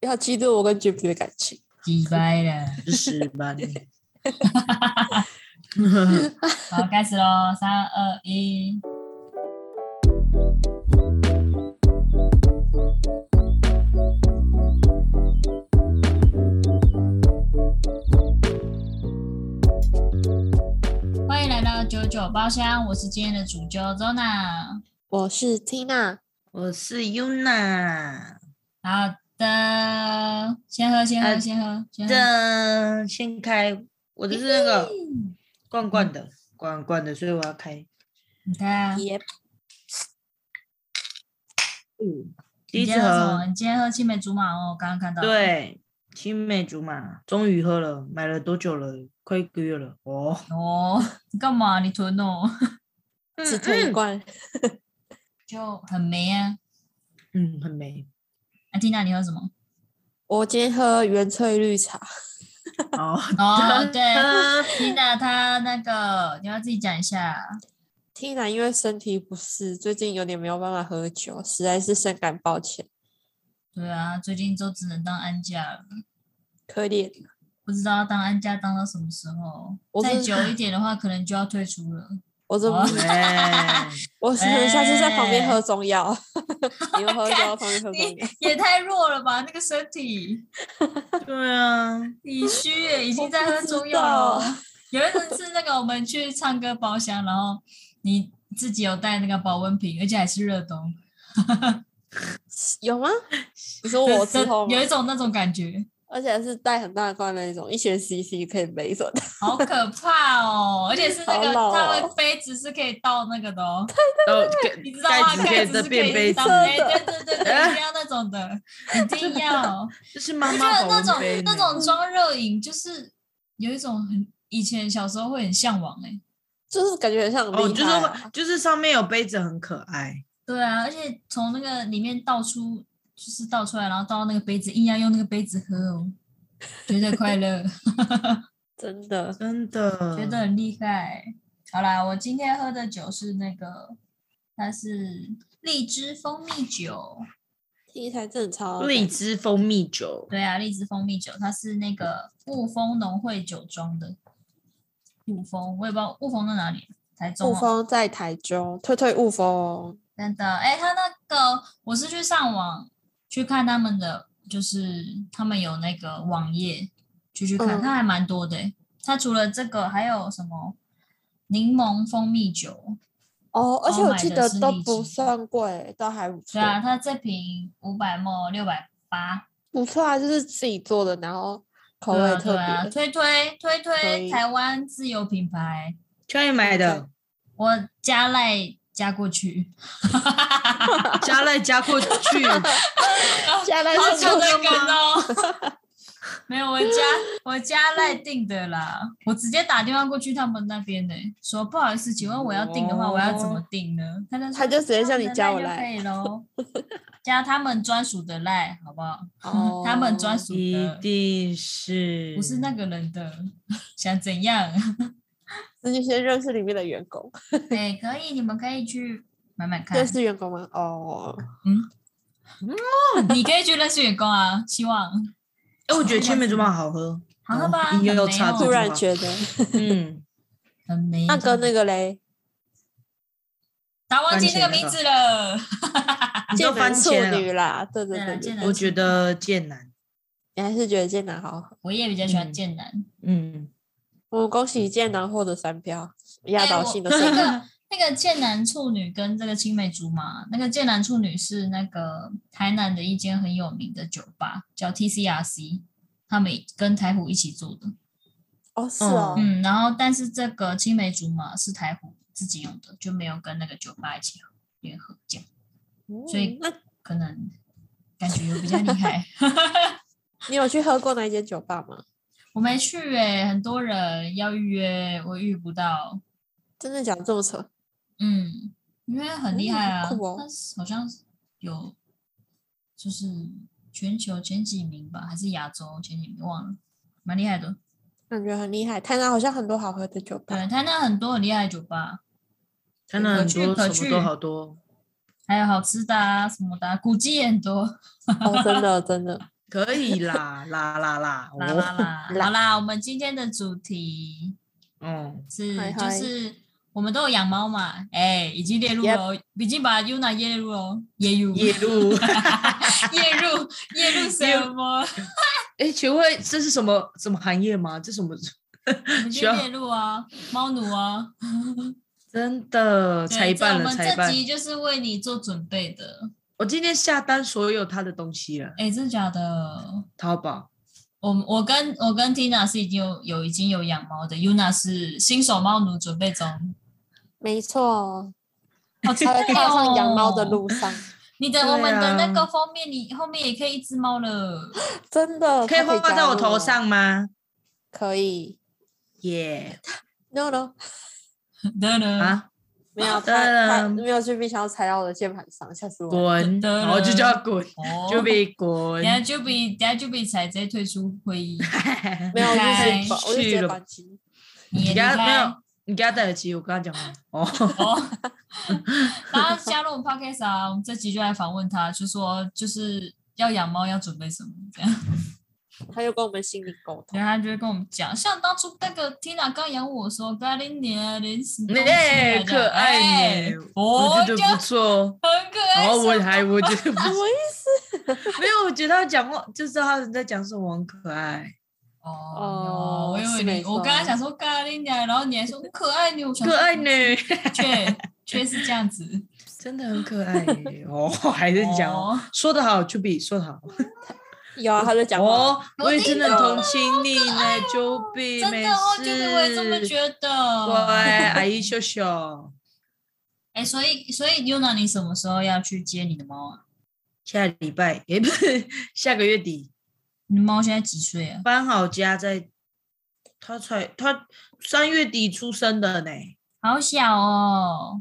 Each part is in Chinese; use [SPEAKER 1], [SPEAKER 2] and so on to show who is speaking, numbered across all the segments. [SPEAKER 1] 要激怒我跟 j u p y 的感情。
[SPEAKER 2] 击败了。
[SPEAKER 3] 屎吧 你！
[SPEAKER 2] 好，开始喽！三二一，欢迎来到九九包厢，我是今天的主角 Zona。
[SPEAKER 1] 我是 Tina，
[SPEAKER 3] 我是 Yuna。
[SPEAKER 2] 好的，先喝，先喝，
[SPEAKER 3] 呃
[SPEAKER 2] 先喝，先喝。
[SPEAKER 3] 噔，先开，我的是那个罐罐的，罐罐的，所以我要开。
[SPEAKER 2] 你看，
[SPEAKER 1] 也
[SPEAKER 3] 嗯，第
[SPEAKER 2] 你
[SPEAKER 3] 一
[SPEAKER 2] 今
[SPEAKER 3] 次
[SPEAKER 2] 天喝什
[SPEAKER 3] 喝
[SPEAKER 2] 么？，你今天喝青梅竹马哦，我刚刚看到。，
[SPEAKER 3] 对，青梅竹马，终于喝了，买了多久了？快一个月了哦。
[SPEAKER 2] 哦， 你干嘛？你囤哦，
[SPEAKER 3] 嗯
[SPEAKER 1] 只吞一罐，
[SPEAKER 2] 就很没啊。
[SPEAKER 3] 嗯，很美。
[SPEAKER 2] 安蒂娜，你喝什 么？
[SPEAKER 1] 我今天喝原萃绿茶，
[SPEAKER 3] 哦，
[SPEAKER 2] 哦， 对，蒂娜她那个你要自己讲一下。
[SPEAKER 1] Tina 因为身体不适，最近有点没有办法喝酒，实在是深感抱歉，
[SPEAKER 2] 对啊，最近都只能当安家了，
[SPEAKER 1] 可怜。
[SPEAKER 2] 不知道要当安家当到什么时候。
[SPEAKER 1] 我
[SPEAKER 2] 再
[SPEAKER 1] 真
[SPEAKER 2] 久一点的话，可能就要退出了。
[SPEAKER 1] 我怎么？
[SPEAKER 3] 啊
[SPEAKER 2] 哦
[SPEAKER 3] 哎，
[SPEAKER 1] 我可能下次在旁边
[SPEAKER 2] 哎
[SPEAKER 1] 喝中药， 你们喝酒在旁边喝中
[SPEAKER 2] 你
[SPEAKER 1] 药。
[SPEAKER 2] 也太弱了吧，那个身体，
[SPEAKER 3] 对啊，
[SPEAKER 2] 你虚 耶，已经在
[SPEAKER 1] 我
[SPEAKER 2] 喝
[SPEAKER 1] 不知
[SPEAKER 2] 中药了
[SPEAKER 1] 道。
[SPEAKER 2] 有一次是那个我们去唱歌包厢，然后你自己有带那个保温瓶，而且还是热的哦。
[SPEAKER 1] 有吗？你说哦我之后吗
[SPEAKER 2] 有一种那种感觉，
[SPEAKER 1] 而且是带很大罐那一种，一千 CC 可以背着的。
[SPEAKER 2] 好可怕哦！而且是那个
[SPEAKER 1] 好老
[SPEAKER 2] 它
[SPEAKER 1] 哦
[SPEAKER 2] 的杯子是可以倒那个的哦，
[SPEAKER 3] 然后
[SPEAKER 2] 你知道
[SPEAKER 3] 盖
[SPEAKER 2] 吗？
[SPEAKER 3] 子
[SPEAKER 2] 盖
[SPEAKER 3] 可
[SPEAKER 2] 子是
[SPEAKER 3] 以
[SPEAKER 2] 可
[SPEAKER 3] 变
[SPEAKER 2] 以
[SPEAKER 3] 杯子
[SPEAKER 2] 倒，，
[SPEAKER 1] 真的
[SPEAKER 2] 对对对对对，一定要那种的，一定要。
[SPEAKER 3] 这是妈
[SPEAKER 2] 我觉
[SPEAKER 3] 妈
[SPEAKER 2] 得
[SPEAKER 3] 保
[SPEAKER 2] 那
[SPEAKER 3] 温
[SPEAKER 2] 种
[SPEAKER 3] 杯呢。
[SPEAKER 2] 那种装热饮，就是有一种很以前小时候会很向往哎、
[SPEAKER 1] 就是感觉很像很
[SPEAKER 3] 哦，
[SPEAKER 1] 厉
[SPEAKER 3] 就是
[SPEAKER 1] 害啊、
[SPEAKER 3] 会就是上面有杯子，很可爱。
[SPEAKER 2] 对啊，而且从那个里面倒出，就是倒出来，然后倒到那个杯子，硬要用那个杯子喝哦，觉得快乐。
[SPEAKER 1] 真的
[SPEAKER 3] 真的，
[SPEAKER 1] 嗯
[SPEAKER 2] 觉得很厉害。好啦，我今天喝的酒是那个，它是荔枝蜂蜜酒。
[SPEAKER 1] 听起来真的超好
[SPEAKER 3] 荔
[SPEAKER 1] 感
[SPEAKER 3] 枝蜂蜜酒，
[SPEAKER 2] 对啊，荔枝蜂蜜酒，它是那个雾峰农会酒庄的。雾峰，我也不知道雾峰在哪里，台中、
[SPEAKER 1] 雾
[SPEAKER 2] 哦。
[SPEAKER 1] 峰在台中，推推雾峰，
[SPEAKER 2] 真的，哎，他那个我是去上网去看他们的，就是他们有那个网页，去去
[SPEAKER 1] 嗯
[SPEAKER 2] 看，它还蛮多的诶。它除了这个，还有什么柠檬蜂蜜酒？
[SPEAKER 1] 哦，而且我
[SPEAKER 2] 买
[SPEAKER 1] 记
[SPEAKER 2] 的
[SPEAKER 1] 得
[SPEAKER 2] 是
[SPEAKER 1] 都
[SPEAKER 2] 荔
[SPEAKER 1] 不
[SPEAKER 2] 枝
[SPEAKER 1] 算贵，都还不错
[SPEAKER 2] 对，啊，它这瓶五百沫六百八，
[SPEAKER 1] 不错啊，就是自己做的，然后口
[SPEAKER 2] 对
[SPEAKER 1] 味
[SPEAKER 2] 啊
[SPEAKER 1] 特
[SPEAKER 2] 对啊，
[SPEAKER 1] 别。
[SPEAKER 2] 推推推
[SPEAKER 1] 可
[SPEAKER 2] 推
[SPEAKER 1] 以
[SPEAKER 2] 台湾自有品牌，
[SPEAKER 3] 去哪里买的？
[SPEAKER 2] 我加赖加过 去，
[SPEAKER 3] 加赖加过去，
[SPEAKER 1] 加在
[SPEAKER 2] 好
[SPEAKER 1] 上
[SPEAKER 2] 久
[SPEAKER 1] 面
[SPEAKER 2] 的梗哦。没有，我加我加赖订的啦，我直接打电话过去他们那边呢、说不好意思，请问我要订的话，我要怎么订呢？他就说
[SPEAKER 1] 哦他就直接叫你加我
[SPEAKER 2] 那就可
[SPEAKER 1] 赖
[SPEAKER 2] 以 喽，加他们专属的赖，好不好？
[SPEAKER 1] 哦
[SPEAKER 2] 他们专属
[SPEAKER 3] 一
[SPEAKER 2] 的，
[SPEAKER 3] 定是
[SPEAKER 2] 不是那个人的，想怎样？
[SPEAKER 1] 自己先认识里面的员工，
[SPEAKER 2] 哎、可以，你们可以去买买看
[SPEAKER 1] 认。识员工吗？哦，
[SPEAKER 2] 你可以去认识员工啊，希望
[SPEAKER 3] 哎，我觉得青梅竹马 好喝，
[SPEAKER 2] 好喝吧？
[SPEAKER 3] 哦
[SPEAKER 2] 很
[SPEAKER 3] 也有
[SPEAKER 2] 美
[SPEAKER 3] 差
[SPEAKER 2] 哦
[SPEAKER 1] 突
[SPEAKER 3] 这距句
[SPEAKER 1] 然
[SPEAKER 3] 话
[SPEAKER 1] 觉得
[SPEAKER 3] 嗯，
[SPEAKER 2] 很美。哦
[SPEAKER 1] 那跟那个嘞，
[SPEAKER 2] 打忘记
[SPEAKER 3] 番茄
[SPEAKER 2] 那个
[SPEAKER 3] 那
[SPEAKER 2] 名
[SPEAKER 3] 个
[SPEAKER 2] 字了。啊
[SPEAKER 3] 你
[SPEAKER 1] 剑
[SPEAKER 3] 说
[SPEAKER 1] 南
[SPEAKER 3] 番
[SPEAKER 1] 处
[SPEAKER 3] 茄
[SPEAKER 1] 女
[SPEAKER 3] 了，
[SPEAKER 1] 啦，对对
[SPEAKER 2] 对啦
[SPEAKER 1] 对
[SPEAKER 2] 剑
[SPEAKER 1] 对，
[SPEAKER 2] 南
[SPEAKER 1] 对
[SPEAKER 3] 我觉得剑南，
[SPEAKER 1] 你还是觉得剑南好喝。
[SPEAKER 2] 我也比较喜欢
[SPEAKER 3] 嗯
[SPEAKER 2] 剑南。
[SPEAKER 3] 嗯，
[SPEAKER 1] 我们恭喜剑南获得三票，压
[SPEAKER 2] 哎
[SPEAKER 1] 倒
[SPEAKER 2] 我
[SPEAKER 1] 性的
[SPEAKER 2] 那
[SPEAKER 1] 胜利。
[SPEAKER 2] 个那个剑南处女跟这个青梅竹马，那个剑南处女是那个台南的一间很有名的酒吧，叫 TCRC，他们跟台虎一起做的。
[SPEAKER 1] 哦，是哦，
[SPEAKER 2] 嗯，然后但是这个青梅竹马是台虎自己用的，就没有跟那个酒吧一起合联合这样，所以
[SPEAKER 1] 嗯那
[SPEAKER 2] 可能感觉有比较厉害。
[SPEAKER 1] 你有去喝过那间酒吧吗？
[SPEAKER 2] 我没去诶、很多人要预约，我遇不到。
[SPEAKER 1] 真的讲这么扯？
[SPEAKER 2] 嗯，因为很厉
[SPEAKER 1] 嗯
[SPEAKER 2] 害啊，
[SPEAKER 1] 好酷哦
[SPEAKER 2] 但是好像是有就是全球前几名吧，还是亚洲前几名忘了，蛮厉害的。
[SPEAKER 1] 感觉很厉害，台南好像很多好喝的酒吧。
[SPEAKER 2] 对，台南很多很厉害的酒吧，
[SPEAKER 3] 看到很
[SPEAKER 2] 可去
[SPEAKER 3] 多
[SPEAKER 2] 可
[SPEAKER 3] 什么
[SPEAKER 2] 去
[SPEAKER 3] 都好多，
[SPEAKER 2] 还有好吃的啊什么的啊、古迹也很多。
[SPEAKER 1] 哦，真的真的，
[SPEAKER 3] 可以 啦啦啦啦，
[SPEAKER 2] 啦
[SPEAKER 3] 哦
[SPEAKER 2] 啦啦，
[SPEAKER 1] 啦
[SPEAKER 2] 好啦，我们今天的主题
[SPEAKER 3] 嗯，
[SPEAKER 2] 是
[SPEAKER 1] 嗨
[SPEAKER 2] 就
[SPEAKER 1] 嗨
[SPEAKER 2] 是我们都有养猫嘛，哎，已经列入了哦，已经把 Yuna 列入了哦，列入
[SPEAKER 3] 夜路。
[SPEAKER 2] 列入列入什 么？
[SPEAKER 3] 哎，请问这是什么什么行业吗？这什么？
[SPEAKER 2] 我们已
[SPEAKER 3] 需
[SPEAKER 2] 经
[SPEAKER 3] 要
[SPEAKER 2] 列入啊，猫奴啊，
[SPEAKER 3] 真的
[SPEAKER 2] 对
[SPEAKER 3] 才
[SPEAKER 2] 这
[SPEAKER 3] 办
[SPEAKER 2] 我
[SPEAKER 3] 了，
[SPEAKER 2] 们
[SPEAKER 3] 才
[SPEAKER 2] 这
[SPEAKER 3] 办！
[SPEAKER 2] 集就是为你做准备的，
[SPEAKER 3] 我今天下单所有他的东西了，
[SPEAKER 2] 哎，真的假的？
[SPEAKER 3] 淘宝。
[SPEAKER 2] 我我跟我跟 Tina 是已经有有已经有养猫的，Yuna 是新手猫奴准备中。
[SPEAKER 1] 没错，
[SPEAKER 2] 好期
[SPEAKER 1] 他
[SPEAKER 2] 待
[SPEAKER 1] 在踏上养猫的
[SPEAKER 2] 哦
[SPEAKER 1] 路上，
[SPEAKER 2] 你的、
[SPEAKER 3] 对啊
[SPEAKER 2] 我们的那个封面，你后面也可以一只猫了。
[SPEAKER 1] 真的
[SPEAKER 3] 可以
[SPEAKER 1] 它
[SPEAKER 3] 画
[SPEAKER 1] 加
[SPEAKER 3] 在
[SPEAKER 1] 入
[SPEAKER 3] 我
[SPEAKER 1] 哦
[SPEAKER 3] 头
[SPEAKER 1] 了，
[SPEAKER 3] 上吗？
[SPEAKER 1] 可以。
[SPEAKER 3] 耶、
[SPEAKER 1] No no，
[SPEAKER 2] 的呢，
[SPEAKER 3] 啊，
[SPEAKER 1] 没有，
[SPEAKER 3] 当
[SPEAKER 1] 他他
[SPEAKER 3] 然
[SPEAKER 1] 没有去冰箱踩到我的键盘上，吓死我！
[SPEAKER 3] 滚！
[SPEAKER 2] 的
[SPEAKER 3] 然后就叫他滚，
[SPEAKER 2] 哦
[SPEAKER 3] 就被
[SPEAKER 2] 等
[SPEAKER 3] 滚
[SPEAKER 2] 一。下就比等一下就比才直接退出会 议，
[SPEAKER 1] 没有，我就直接
[SPEAKER 2] 离
[SPEAKER 1] 把我就直
[SPEAKER 3] 去
[SPEAKER 1] 接
[SPEAKER 3] 了
[SPEAKER 1] 关机。
[SPEAKER 2] 你
[SPEAKER 3] 你
[SPEAKER 2] 也
[SPEAKER 3] 给
[SPEAKER 2] 离
[SPEAKER 3] 他没
[SPEAKER 2] 开
[SPEAKER 3] 有，你给他戴耳机，我跟他 讲话。哦，
[SPEAKER 2] 哦。然后加入我们 podcast 啊，我们这集就来访问他，就说就是要养猫要准备什么这样。
[SPEAKER 1] 他又跟我们心灵沟通
[SPEAKER 2] 然，后他就会跟我们讲，像当初那个 Tina 刚养我的时候，咖喱年零什么东西来
[SPEAKER 3] 哎，
[SPEAKER 2] 着
[SPEAKER 3] 可爱
[SPEAKER 2] 哎
[SPEAKER 3] 耶，
[SPEAKER 2] 我
[SPEAKER 3] 我觉
[SPEAKER 2] 就哦
[SPEAKER 3] 得不错。
[SPEAKER 2] 很可爱。
[SPEAKER 3] 然后我
[SPEAKER 2] 是
[SPEAKER 3] 还我觉得不
[SPEAKER 1] 什么意思？
[SPEAKER 3] 没有，我觉得他讲话就知道他在讲什么，很 可爱，
[SPEAKER 2] 哦，我
[SPEAKER 1] 哦
[SPEAKER 2] 以
[SPEAKER 1] 是
[SPEAKER 2] 为
[SPEAKER 1] 没
[SPEAKER 2] 你，我
[SPEAKER 1] 错
[SPEAKER 2] 刚刚想说咖喱年，然后你还说可爱你，我想
[SPEAKER 3] 可
[SPEAKER 2] 说
[SPEAKER 3] 爱呢，
[SPEAKER 2] 确确是这样 子。
[SPEAKER 3] 真的很可爱耶。哦，还在讲哦，
[SPEAKER 2] 哦
[SPEAKER 3] 说得好，丘比说得好。
[SPEAKER 1] 有啊，他就讲话，
[SPEAKER 3] 哦，我也真的很同情你呢，丘比，
[SPEAKER 2] 哦真
[SPEAKER 3] 没
[SPEAKER 2] 的哦，就
[SPEAKER 3] 事
[SPEAKER 2] 是我也这么觉得。哦
[SPEAKER 3] 乖，阿姨秀秀，
[SPEAKER 2] 哎，所以所以 Yuna，你什么时候要去接你的猫啊？
[SPEAKER 3] 下礼拜也不是 下个月底
[SPEAKER 2] 你的猫现在几岁啊？
[SPEAKER 3] 搬好家在，他才他三月底出生的呢。
[SPEAKER 2] 好小哦，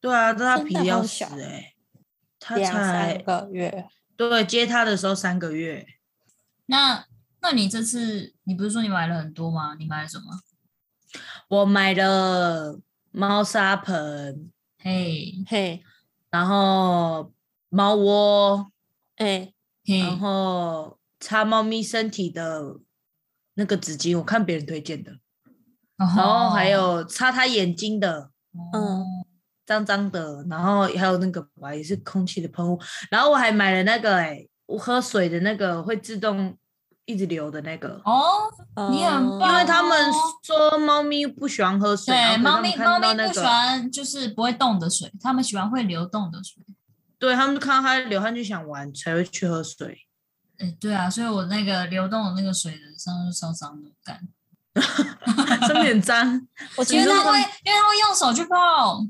[SPEAKER 3] 对啊，但他
[SPEAKER 1] 真
[SPEAKER 3] 皮
[SPEAKER 1] 的
[SPEAKER 3] 得要
[SPEAKER 1] 好
[SPEAKER 3] 死
[SPEAKER 1] 小
[SPEAKER 3] 哎、他
[SPEAKER 1] 两三
[SPEAKER 3] 才
[SPEAKER 1] 个月，
[SPEAKER 3] 对接他的时候三个月，
[SPEAKER 2] 那那你这次你不是说你买了很多吗？你买了什么？
[SPEAKER 3] 我买了猫砂盆，
[SPEAKER 2] 嘿，
[SPEAKER 1] 嘿，
[SPEAKER 3] 然后猫窝，
[SPEAKER 1] 哎，
[SPEAKER 2] 嘿，哦
[SPEAKER 3] 然后擦猫咪身体的那个纸巾，我看别人推荐的，
[SPEAKER 2] 然
[SPEAKER 3] 然后还
[SPEAKER 2] 哦
[SPEAKER 1] 哦
[SPEAKER 3] 有擦它眼睛的，
[SPEAKER 1] 嗯
[SPEAKER 3] 脏脏的，然后还有那个吧，也是空气的喷雾，然后我还买了那个哎、我喝水的那个会自动一直流的那个，
[SPEAKER 2] 哦，你很
[SPEAKER 1] 嗯
[SPEAKER 2] 棒
[SPEAKER 3] 因为他们
[SPEAKER 2] 哦
[SPEAKER 3] 说猫咪不喜欢喝水，
[SPEAKER 2] 对，
[SPEAKER 3] 然
[SPEAKER 2] 猫
[SPEAKER 3] 后可
[SPEAKER 2] 咪
[SPEAKER 3] 是
[SPEAKER 2] 猫
[SPEAKER 3] 他们看
[SPEAKER 2] 咪
[SPEAKER 3] 到那
[SPEAKER 2] 不喜
[SPEAKER 3] 个，
[SPEAKER 2] 欢就是不会动的水，它们喜欢会流动的水。
[SPEAKER 3] 对他们看到它流汗就想玩，才会去喝水。
[SPEAKER 2] 哎，对啊，所以我那个流动的那个水的上就烧伤的感，
[SPEAKER 3] 上面很脏
[SPEAKER 1] 我
[SPEAKER 2] 因
[SPEAKER 1] 其
[SPEAKER 2] 为
[SPEAKER 1] 实
[SPEAKER 2] 它
[SPEAKER 3] 说
[SPEAKER 2] 会，因为它会用手去泡，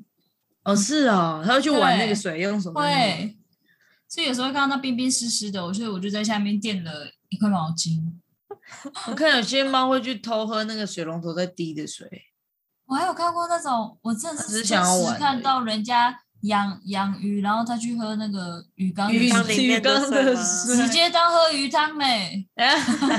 [SPEAKER 3] 哦，是哦，它会去玩那
[SPEAKER 2] 对
[SPEAKER 3] 个水，用手在那里
[SPEAKER 2] 会，所以有时候会看到它冰冰湿湿的，我所以我就在下面垫了一块毛巾。
[SPEAKER 3] 我看有些猫会去偷喝那个水龙头在滴的水，
[SPEAKER 2] 我还有看过那种，我真的
[SPEAKER 3] 它只
[SPEAKER 2] 是
[SPEAKER 3] 是想要
[SPEAKER 2] 真实
[SPEAKER 3] 玩而
[SPEAKER 2] 看
[SPEAKER 3] 已
[SPEAKER 2] 到人家养养鱼，然后他去喝那个鱼缸的
[SPEAKER 3] 鱼
[SPEAKER 1] 缸里
[SPEAKER 2] 水，
[SPEAKER 3] 鱼
[SPEAKER 1] 面的
[SPEAKER 3] 缸
[SPEAKER 1] 水
[SPEAKER 3] 的
[SPEAKER 1] 吗
[SPEAKER 2] 直
[SPEAKER 3] 水，
[SPEAKER 2] 接当喝鱼汤嘞，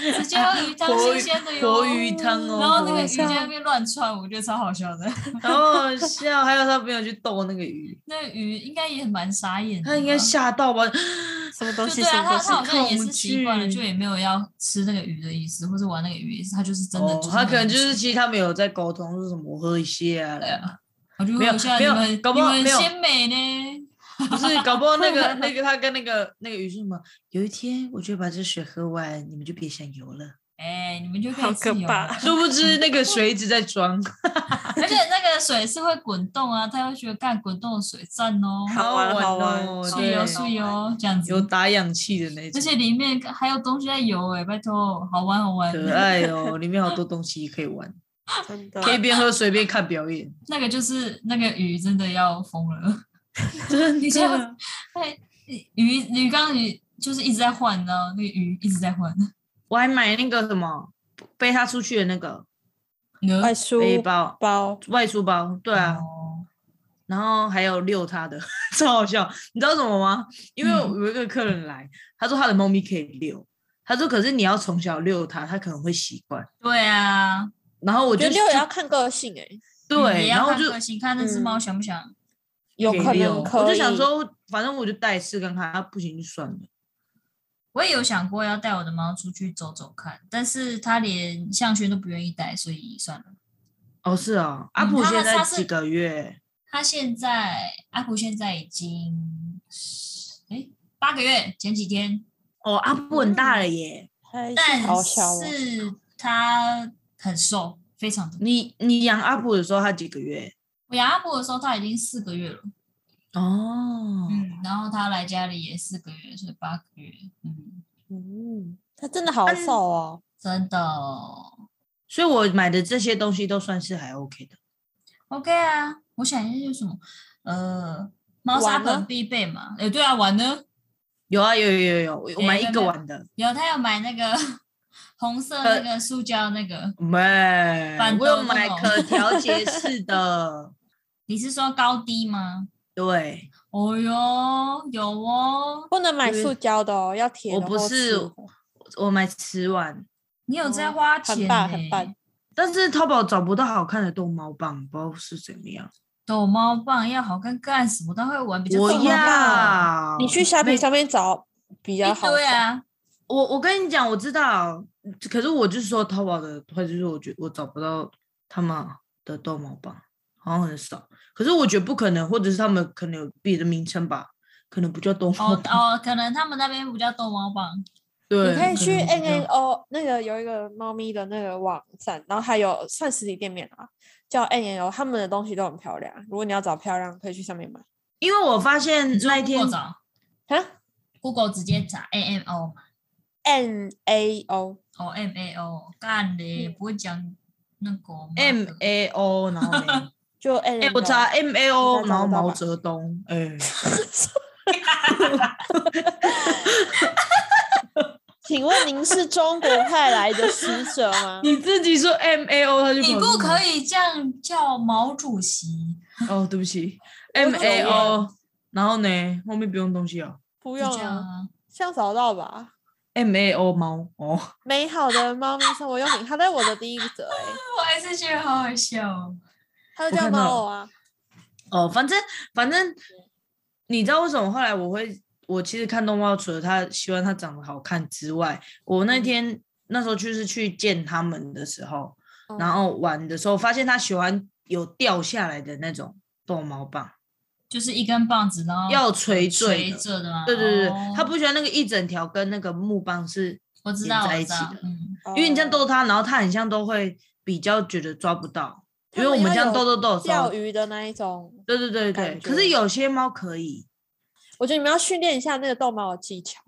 [SPEAKER 2] 直接喝鱼汤，
[SPEAKER 3] 活
[SPEAKER 2] 新
[SPEAKER 3] 鱼
[SPEAKER 2] 鲜的哟，
[SPEAKER 3] 活鱼汤哦，
[SPEAKER 2] 然后那
[SPEAKER 3] 活
[SPEAKER 2] 个
[SPEAKER 3] 鱼
[SPEAKER 2] 鱼
[SPEAKER 3] 汤
[SPEAKER 2] 在那边乱窜，我觉得超好笑的。
[SPEAKER 3] 好好笑，还有他朋友去逗那个鱼，
[SPEAKER 2] 那鱼应该也蛮傻眼的吧，
[SPEAKER 3] 他应该吓到吧？
[SPEAKER 1] 什么
[SPEAKER 2] 就
[SPEAKER 1] 东西
[SPEAKER 2] 对
[SPEAKER 1] 什
[SPEAKER 2] 啊，
[SPEAKER 1] 么
[SPEAKER 2] 他
[SPEAKER 1] 东西
[SPEAKER 2] 他好像也是
[SPEAKER 3] 恐
[SPEAKER 2] 习惯了，
[SPEAKER 3] 惧
[SPEAKER 2] 就也没有要吃那个鱼的意思，或者玩那个鱼的意思，他就是真的
[SPEAKER 3] 哦
[SPEAKER 2] 是，
[SPEAKER 3] 他可能就
[SPEAKER 2] 那
[SPEAKER 3] 是
[SPEAKER 2] 样子
[SPEAKER 3] 其实他们有在沟通，说什么我喝一些啊
[SPEAKER 2] 对，啊，我就
[SPEAKER 3] 没有
[SPEAKER 2] 问一下
[SPEAKER 3] 没
[SPEAKER 2] 你
[SPEAKER 3] 有
[SPEAKER 2] 们
[SPEAKER 3] 搞不
[SPEAKER 2] 你
[SPEAKER 3] 好
[SPEAKER 2] 们
[SPEAKER 3] 没有
[SPEAKER 2] 鲜美呢？
[SPEAKER 3] 不是，搞不好 那个那个他跟那个那个鱼是什么？有一天我就把这水喝完，你们就别想游了。
[SPEAKER 2] 哎，你们就可
[SPEAKER 1] 好
[SPEAKER 2] 以
[SPEAKER 1] 可
[SPEAKER 2] 自由
[SPEAKER 1] 怕
[SPEAKER 2] 了。
[SPEAKER 3] 殊不知那个水一直在装，
[SPEAKER 2] 而且那个水是会滚动啊，他会觉得干滚动的水赞哦，
[SPEAKER 1] 好玩好玩
[SPEAKER 3] 哦，
[SPEAKER 2] 是
[SPEAKER 3] 对
[SPEAKER 2] 游是游这样子
[SPEAKER 3] 有，打氧气的那
[SPEAKER 2] 而
[SPEAKER 3] 种，
[SPEAKER 2] 且里面还有东西在游哎，拜托，好玩好玩，
[SPEAKER 3] 可爱哦，里面好多东西可 以玩，
[SPEAKER 1] 真的
[SPEAKER 2] 啊
[SPEAKER 3] 可以边喝水边看表演。
[SPEAKER 2] 那个就是那个鱼真的要疯了，
[SPEAKER 3] 真
[SPEAKER 2] 你这样
[SPEAKER 3] 的，
[SPEAKER 2] 哎，鱼鱼缸鱼就是一直在换呢，那个鱼一直在换，
[SPEAKER 3] 我还买那个什么背他出去的那个
[SPEAKER 1] 外
[SPEAKER 2] 呃
[SPEAKER 1] 出
[SPEAKER 3] 背包。
[SPEAKER 1] 包
[SPEAKER 3] 外出包，对啊，
[SPEAKER 2] 哦
[SPEAKER 3] 然后还有遛他的， 超好笑。你知道什么吗？因为
[SPEAKER 2] 嗯
[SPEAKER 3] 有一个客人来，他说他的猫咪可以遛，他说可是你要从小遛它，它可能会习惯。
[SPEAKER 2] 对啊，
[SPEAKER 3] 然后我
[SPEAKER 1] 我觉
[SPEAKER 3] 就
[SPEAKER 1] 得六也要看个性哎，
[SPEAKER 2] 也
[SPEAKER 3] 对，然
[SPEAKER 2] 要
[SPEAKER 3] 后
[SPEAKER 2] 看
[SPEAKER 3] 就
[SPEAKER 2] 个性，看那只
[SPEAKER 1] 嗯
[SPEAKER 2] 猫想不想。
[SPEAKER 1] 有
[SPEAKER 3] 给
[SPEAKER 1] 可
[SPEAKER 3] 遛
[SPEAKER 1] 能可以。
[SPEAKER 3] 我就想说，反正我就带试看看，啊不行就算了。
[SPEAKER 2] 我也有想过要带我的猫出去走走看，但是它连项圈都不愿意戴，所以算了。
[SPEAKER 3] 哦，是哦，阿
[SPEAKER 2] 嗯
[SPEAKER 3] 普
[SPEAKER 2] 他
[SPEAKER 3] 现
[SPEAKER 2] 们
[SPEAKER 3] 在
[SPEAKER 2] 他是
[SPEAKER 3] 几个月？
[SPEAKER 2] 它现在阿普现在已经哎八个月，前几天，
[SPEAKER 3] 哦，阿普很大了耶。
[SPEAKER 1] 太
[SPEAKER 2] 但
[SPEAKER 1] 好小哦了，
[SPEAKER 2] 是它很瘦，非常的。
[SPEAKER 3] 嗯你你养阿普的时候，他几个月？
[SPEAKER 2] 我养阿布的时候，它已经四个月了，
[SPEAKER 3] 哦，
[SPEAKER 2] 嗯，然后它来家里也四个月，所以八个月，嗯，
[SPEAKER 1] 嗯，它真的好
[SPEAKER 3] 嗯
[SPEAKER 1] 瘦哦。
[SPEAKER 2] 真的哦
[SPEAKER 3] 所以我买的这些东西都算是还 OK 的。
[SPEAKER 2] OK 啊。我想一下有什么，呃，猫砂
[SPEAKER 1] 碗呢
[SPEAKER 2] 盆必备嘛，哎，对啊，碗呢？
[SPEAKER 3] 有啊，有有有有，我我
[SPEAKER 2] 哎
[SPEAKER 3] 买一
[SPEAKER 2] 真
[SPEAKER 3] 个
[SPEAKER 2] 的
[SPEAKER 3] 碗的。
[SPEAKER 2] 有，他要买那个 红色
[SPEAKER 1] 呃
[SPEAKER 2] 那个塑胶那个，
[SPEAKER 3] 没，
[SPEAKER 2] 板
[SPEAKER 3] 我有
[SPEAKER 2] 凳那
[SPEAKER 3] 买
[SPEAKER 2] 种
[SPEAKER 3] 可 调节式的。
[SPEAKER 2] 你是说高低吗？
[SPEAKER 3] 对，
[SPEAKER 2] 哦哟，有哦，
[SPEAKER 1] 不能买
[SPEAKER 3] 因为
[SPEAKER 1] 塑胶的哦，要铁
[SPEAKER 3] 我
[SPEAKER 1] 的
[SPEAKER 3] 不
[SPEAKER 1] 或
[SPEAKER 3] 是
[SPEAKER 1] 瓷的
[SPEAKER 3] 我买瓷碗，
[SPEAKER 2] 你有在
[SPEAKER 1] 哦
[SPEAKER 2] 花
[SPEAKER 1] 很
[SPEAKER 2] 钱、欸
[SPEAKER 1] 棒很棒
[SPEAKER 3] 但是淘宝找不到好看的逗猫棒，不知道是怎么样。
[SPEAKER 2] 逗猫棒要好看干什么？他会玩比较
[SPEAKER 3] 我
[SPEAKER 2] 逗猫棒
[SPEAKER 3] 要
[SPEAKER 1] 你去虾皮
[SPEAKER 3] 没
[SPEAKER 1] 上面找比较好找。
[SPEAKER 2] 对啊，
[SPEAKER 3] 我我跟你讲，我知道，可是我就是说淘宝的，或者是我觉我找不到他们的逗猫棒，好像很少。可是我觉得不可能，或者是他们可能有别的名称吧，可能不叫逗
[SPEAKER 2] 哦
[SPEAKER 3] 猫棒。
[SPEAKER 2] 哦，可能他们那边不叫逗猫棒，
[SPEAKER 3] 对，
[SPEAKER 1] 你可以去
[SPEAKER 3] 能
[SPEAKER 1] N
[SPEAKER 3] 不
[SPEAKER 1] N
[SPEAKER 3] 叫
[SPEAKER 1] O 那个有一个猫咪的那个网站，然后还有算实体店面啊，叫 N N O，他们的东西都很漂亮。如果你要找漂亮，可以去上面买
[SPEAKER 3] 因为我发现那一天
[SPEAKER 2] Google 找
[SPEAKER 1] 啊。
[SPEAKER 2] Google 直接查 A M O 嘛，
[SPEAKER 1] N A O
[SPEAKER 2] 哦 M A O，干嘞，
[SPEAKER 1] 嗯
[SPEAKER 2] 不会讲那个嘛
[SPEAKER 3] M A O，然后 嘞
[SPEAKER 1] 就 N，
[SPEAKER 3] 哎、我查 M A O，
[SPEAKER 1] 应该找得
[SPEAKER 3] 然后
[SPEAKER 1] 到
[SPEAKER 3] 毛
[SPEAKER 1] 吧
[SPEAKER 3] 泽东，哎、
[SPEAKER 1] 请问您是中国派来的使者 吗？
[SPEAKER 3] 你自己说 M A O，他就
[SPEAKER 2] 你
[SPEAKER 3] 跑
[SPEAKER 2] 不
[SPEAKER 3] 出
[SPEAKER 2] 可
[SPEAKER 3] 来
[SPEAKER 2] 以这样叫毛主席，
[SPEAKER 3] 哦，对不起
[SPEAKER 1] 我
[SPEAKER 3] ，M
[SPEAKER 1] 讨
[SPEAKER 3] A
[SPEAKER 1] 厌
[SPEAKER 3] O，然后呢，后面不用东西哦
[SPEAKER 1] 不
[SPEAKER 2] 就
[SPEAKER 1] 用
[SPEAKER 2] 这样
[SPEAKER 1] 啊，
[SPEAKER 2] 啊。
[SPEAKER 1] 这样找到吧。
[SPEAKER 3] ，M A O 猫哦，
[SPEAKER 1] 美好的猫咪生活用品，它在我的第一则哎、
[SPEAKER 2] 我还是觉得好好笑哦。
[SPEAKER 1] 它就
[SPEAKER 3] 我
[SPEAKER 1] 叫
[SPEAKER 3] 看到
[SPEAKER 1] 猫偶啊。
[SPEAKER 3] 哦，反正反正，你知道为什么后来我会，我其实看动画，除了他希望他长得好看之外，我那
[SPEAKER 1] 嗯
[SPEAKER 3] 天那时候就是去见他们的时候，
[SPEAKER 1] 嗯
[SPEAKER 3] 然后玩的时候发现他喜欢有掉下来的那种逗猫棒，
[SPEAKER 2] 就是一根棒子，然后
[SPEAKER 3] 要垂坠
[SPEAKER 2] 垂
[SPEAKER 3] 的。
[SPEAKER 2] 着的吗？
[SPEAKER 3] 对对对，对他
[SPEAKER 2] 哦
[SPEAKER 3] 不喜欢那个一整条跟那个木棒是，
[SPEAKER 2] 我知道，
[SPEAKER 3] 连在
[SPEAKER 2] 我
[SPEAKER 3] 一
[SPEAKER 2] 知
[SPEAKER 3] 起
[SPEAKER 2] 道
[SPEAKER 3] 的，
[SPEAKER 2] 嗯，
[SPEAKER 1] 因
[SPEAKER 3] 因为你这样逗它，然后它很像都会比较觉得抓不到，因
[SPEAKER 1] 他
[SPEAKER 3] 为
[SPEAKER 1] 们
[SPEAKER 3] 我们
[SPEAKER 1] 要
[SPEAKER 3] 这样
[SPEAKER 1] 有
[SPEAKER 3] 逗逗逗的时候
[SPEAKER 1] 钓，鱼的那一种，
[SPEAKER 3] 对对对对。
[SPEAKER 1] 感
[SPEAKER 3] 可是
[SPEAKER 1] 觉
[SPEAKER 3] 有些猫可 以，
[SPEAKER 1] 我觉得你们要训练一下那个逗猫的技巧。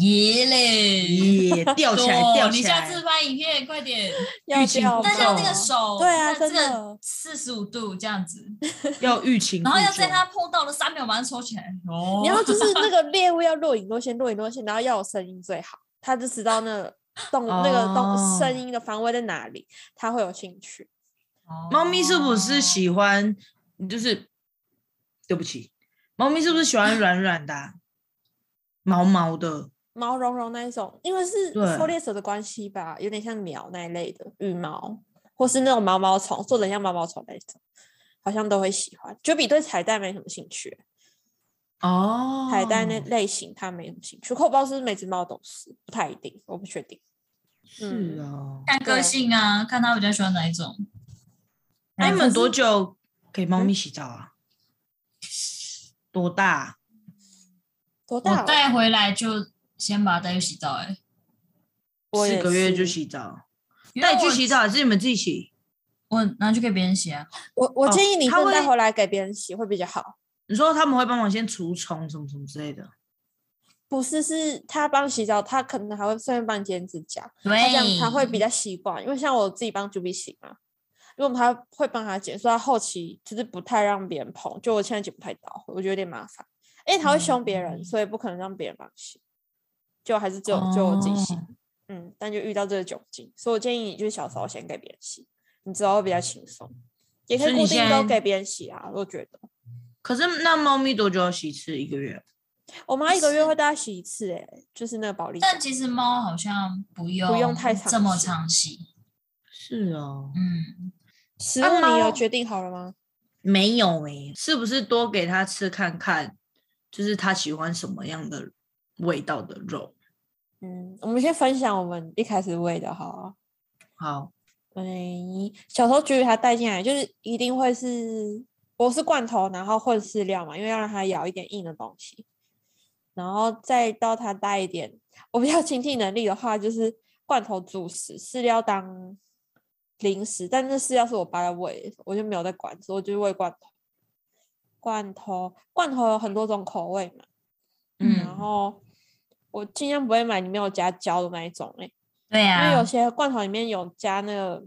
[SPEAKER 2] 耶嘞，
[SPEAKER 3] 也掉起来
[SPEAKER 2] 多
[SPEAKER 3] 掉
[SPEAKER 2] 你
[SPEAKER 3] 起
[SPEAKER 2] 下
[SPEAKER 3] 来
[SPEAKER 2] 次。拍影片快点，
[SPEAKER 1] 要
[SPEAKER 3] 欲擒
[SPEAKER 1] 钓
[SPEAKER 3] 故
[SPEAKER 2] 但是要
[SPEAKER 1] 到
[SPEAKER 2] 那个
[SPEAKER 3] 哦
[SPEAKER 2] 手，
[SPEAKER 1] 对啊
[SPEAKER 2] 这
[SPEAKER 1] 真的
[SPEAKER 2] 个四十五度这样子，
[SPEAKER 3] 要 欲擒故
[SPEAKER 2] 然后
[SPEAKER 3] 纵，
[SPEAKER 2] 要在它碰到了三秒马上抽起来，哦，
[SPEAKER 1] 你要 就是那个猎物要若隐若现，若隐若现，然后要有声音最好，他就知道那个动、那个
[SPEAKER 3] 哦
[SPEAKER 1] 动声音的方位在哪里，他会有兴趣。
[SPEAKER 2] 哦
[SPEAKER 3] 猫咪是不是喜欢？就是对不起，猫咪是不是喜欢软软的啊、毛毛的？
[SPEAKER 1] 毛茸茸那一种，因为是
[SPEAKER 3] 对
[SPEAKER 1] 狩猎者的关系吧，有点像鸟那一类的羽毛，或是那种毛毛虫，做的像毛毛虫那一种，好像都会喜欢。就比对彩带没什么兴趣，
[SPEAKER 3] 哦，
[SPEAKER 1] 彩带那类型它没什么兴趣。可我不知道是不是每只猫都是，不太一定，我不确定。嗯
[SPEAKER 3] 是哦。
[SPEAKER 2] 看个
[SPEAKER 1] 对
[SPEAKER 2] 性啊，看它比较喜欢哪一种。
[SPEAKER 3] 那你
[SPEAKER 2] 可
[SPEAKER 3] 们
[SPEAKER 2] 是
[SPEAKER 3] 多久给猫咪洗澡啊？多大
[SPEAKER 1] 多
[SPEAKER 3] 啊、
[SPEAKER 1] 大
[SPEAKER 2] 我
[SPEAKER 1] 了？
[SPEAKER 2] 带回来就先把它带去洗澡，哎，
[SPEAKER 1] 我
[SPEAKER 3] 四
[SPEAKER 1] 也
[SPEAKER 3] 个月就是洗澡，
[SPEAKER 2] 因为
[SPEAKER 3] 带你去
[SPEAKER 2] 我
[SPEAKER 3] 洗澡还是你们自己洗？
[SPEAKER 2] 我拿去给别人洗啊。
[SPEAKER 1] 我我
[SPEAKER 3] 哦
[SPEAKER 1] 建议你
[SPEAKER 3] 它
[SPEAKER 1] 不能带
[SPEAKER 3] 会
[SPEAKER 1] 回来给别人洗会比较好。
[SPEAKER 3] 你说他们会帮忙先除虫什么什么之类的，
[SPEAKER 1] 不是，是他帮洗澡，他可能还会顺便帮你剪指甲，
[SPEAKER 2] 对，
[SPEAKER 1] 他这样他会比
[SPEAKER 3] 哎
[SPEAKER 1] 较习惯。因为像我自己帮 Juby 洗嘛，因为我们还会帮他剪，所以他后期就是不太让别人碰。就我现在剪不太到，我觉得有点麻烦，因为他会凶别人，
[SPEAKER 2] 嗯
[SPEAKER 1] 所以不可能让别人帮我洗，就还是只有只有我自己洗。
[SPEAKER 3] 哦
[SPEAKER 1] 嗯，但就遇到这个窘境，所以我建议你就是小时候先给别人洗，你知道会比较轻松，也可
[SPEAKER 3] 所
[SPEAKER 1] 以
[SPEAKER 3] 以你
[SPEAKER 1] 固定
[SPEAKER 3] 现
[SPEAKER 1] 都
[SPEAKER 3] 在
[SPEAKER 1] 给别人洗啊。我觉得
[SPEAKER 3] 可是那猫咪多久要洗一次？一个月？
[SPEAKER 1] 我妈一个月会带它洗一次、欸，就是那个保利
[SPEAKER 2] 但
[SPEAKER 1] 达
[SPEAKER 2] 其实猫好像不用
[SPEAKER 1] 不用太长
[SPEAKER 2] 这么
[SPEAKER 1] 期
[SPEAKER 2] 长期，
[SPEAKER 3] 是哦，
[SPEAKER 2] 嗯，
[SPEAKER 1] 食
[SPEAKER 3] 啊
[SPEAKER 1] 物你
[SPEAKER 3] 猫
[SPEAKER 1] 有决定好了吗？
[SPEAKER 3] 没有诶、是不是多给它吃看看，就是它喜欢什么样的味道的肉？
[SPEAKER 1] 嗯，我们先分享我们一开始喂的好了。
[SPEAKER 3] 好，
[SPEAKER 1] 嗯，小时候橘它带进来就是一定会是博士罐头，然后混饲料嘛，因为要让它咬一点硬的东西，然后再到它带一点，我比较经济能力的话，就是罐头主食，饲料当零食，但那饲料是我爸在喂的，我就没有在管，所以我就喂罐头。罐头，罐头有很多种口味嘛，然
[SPEAKER 3] 嗯，
[SPEAKER 1] 后我尽量不会买里面有加胶的那一种嘞、
[SPEAKER 2] 对
[SPEAKER 1] 因为有
[SPEAKER 2] 啊，
[SPEAKER 1] 些罐头里面有加那个，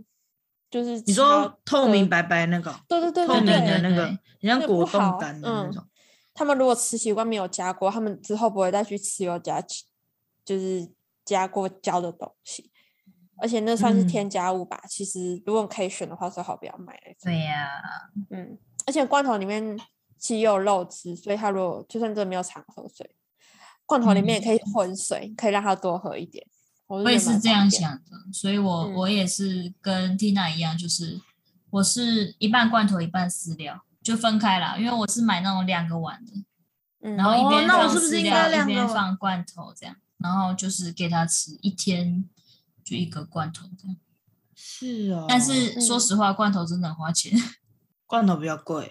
[SPEAKER 1] 就是
[SPEAKER 3] 你
[SPEAKER 1] 其
[SPEAKER 3] 说
[SPEAKER 1] 他
[SPEAKER 3] 透
[SPEAKER 1] 的
[SPEAKER 3] 明，白白那个，
[SPEAKER 1] 对对对
[SPEAKER 3] 透
[SPEAKER 1] 对
[SPEAKER 3] 明的
[SPEAKER 1] 对，
[SPEAKER 3] 那个
[SPEAKER 2] 对，
[SPEAKER 3] 很
[SPEAKER 1] 那
[SPEAKER 3] 像
[SPEAKER 1] 不
[SPEAKER 3] 果冻
[SPEAKER 1] 好
[SPEAKER 3] 干的那
[SPEAKER 1] 嗯
[SPEAKER 3] 种，
[SPEAKER 1] 他们如果吃习惯没有加过，他们之后不会再去吃有加其，就是加过胶的东西，而且那算是
[SPEAKER 3] 嗯
[SPEAKER 1] 添加物吧。其实如果可以选的话，最好不要买那种。
[SPEAKER 2] 对呀、
[SPEAKER 1] 嗯，而且罐头里面其实也有肉汁，所以它如果就算真的没有常喝水，罐头里面也可以混水，可以让它多喝一点。我
[SPEAKER 2] 嗯我也
[SPEAKER 1] 觉得
[SPEAKER 2] 是
[SPEAKER 1] 蛮
[SPEAKER 2] 这
[SPEAKER 1] 方
[SPEAKER 2] 样
[SPEAKER 1] 便的，
[SPEAKER 2] 想的，所以我、
[SPEAKER 1] 嗯
[SPEAKER 2] 我也是跟 Tina 一样，就是我是一半罐头一半饲料，就分开啦，因为我是买那种两个碗的，
[SPEAKER 1] 嗯，
[SPEAKER 2] 然后一边
[SPEAKER 3] 哦那我
[SPEAKER 2] 放
[SPEAKER 3] 是不是
[SPEAKER 2] 饲
[SPEAKER 3] 应
[SPEAKER 2] 料
[SPEAKER 3] 该
[SPEAKER 2] 一
[SPEAKER 3] 两
[SPEAKER 2] 边
[SPEAKER 3] 个
[SPEAKER 2] 放罐头这样，然后就是给它吃一天就一个罐头这样。
[SPEAKER 3] 是哦，
[SPEAKER 2] 但是
[SPEAKER 1] 嗯
[SPEAKER 2] 说实话，罐头真的很花钱。
[SPEAKER 3] 罐头比较贵，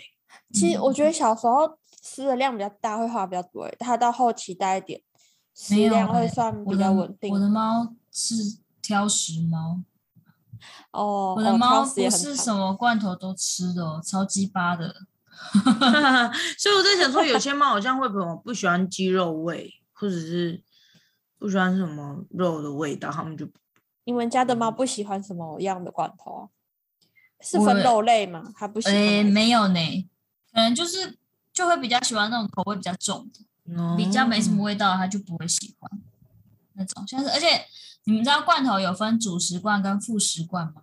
[SPEAKER 1] 其实我觉得
[SPEAKER 2] 嗯
[SPEAKER 1] 小时候吃的量比较大，会花比较多欸，它到后期大一点，食
[SPEAKER 2] 没有
[SPEAKER 1] 量
[SPEAKER 2] 欸
[SPEAKER 1] 会算
[SPEAKER 2] 我
[SPEAKER 1] 比
[SPEAKER 2] 的
[SPEAKER 1] 较稳定
[SPEAKER 2] 我。的猫是挑食猫，
[SPEAKER 1] 哦，
[SPEAKER 2] 我的
[SPEAKER 1] 哦
[SPEAKER 2] 猫
[SPEAKER 1] 挑食也
[SPEAKER 2] 不
[SPEAKER 1] 很
[SPEAKER 2] 是
[SPEAKER 1] 惨
[SPEAKER 2] 什么罐头都吃的哦，超鸡巴的。
[SPEAKER 3] 所以我在想说，有些猫好像会不会不喜欢鸡肉味，或者是不喜欢什么肉的味道，它们就
[SPEAKER 1] 你们家
[SPEAKER 2] 嗯
[SPEAKER 1] 的猫不喜欢什么样的罐头啊？是
[SPEAKER 2] 我
[SPEAKER 1] 分肉类吗？它不喜欢哪
[SPEAKER 2] 诶，
[SPEAKER 1] 一种。
[SPEAKER 2] 没有呢，可能就是就会比较喜欢那种口味比较重的，比较没什么
[SPEAKER 1] 哦
[SPEAKER 3] 味。
[SPEAKER 2] 味道，它就不会喜欢那种。像是而且你们知道罐头有分主食罐跟副食罐吗？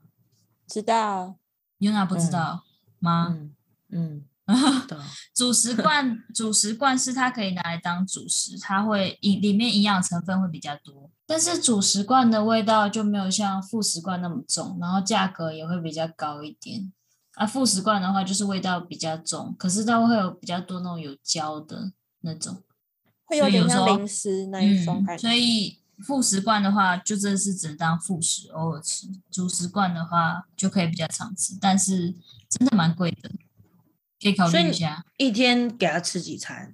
[SPEAKER 1] 知道，啊
[SPEAKER 2] 尤娜不知
[SPEAKER 3] 嗯
[SPEAKER 2] 道吗？
[SPEAKER 3] 嗯嗯， 对
[SPEAKER 2] 主食罐，主食罐是它可以拿来当主食，它会营里面营养成分会比较多，但是主食罐的味道就没有像副食罐那么重，然后价格也会比较高一点。啊，副食罐的话就是味道比较重，可是它会有比较多那种有胶的那种，
[SPEAKER 1] 会有
[SPEAKER 2] 所以
[SPEAKER 1] 点
[SPEAKER 2] 有时
[SPEAKER 1] 像
[SPEAKER 2] 候
[SPEAKER 1] 零食那一种
[SPEAKER 2] 嗯，
[SPEAKER 1] 感觉。
[SPEAKER 2] 所以副食罐的话就真的是只能当副食，偶尔吃。主食罐的话就可以比较常吃，但是真的蛮贵的，可以考
[SPEAKER 3] 所以
[SPEAKER 2] 虑一
[SPEAKER 3] 你
[SPEAKER 2] 下。
[SPEAKER 3] 一天给它吃几餐？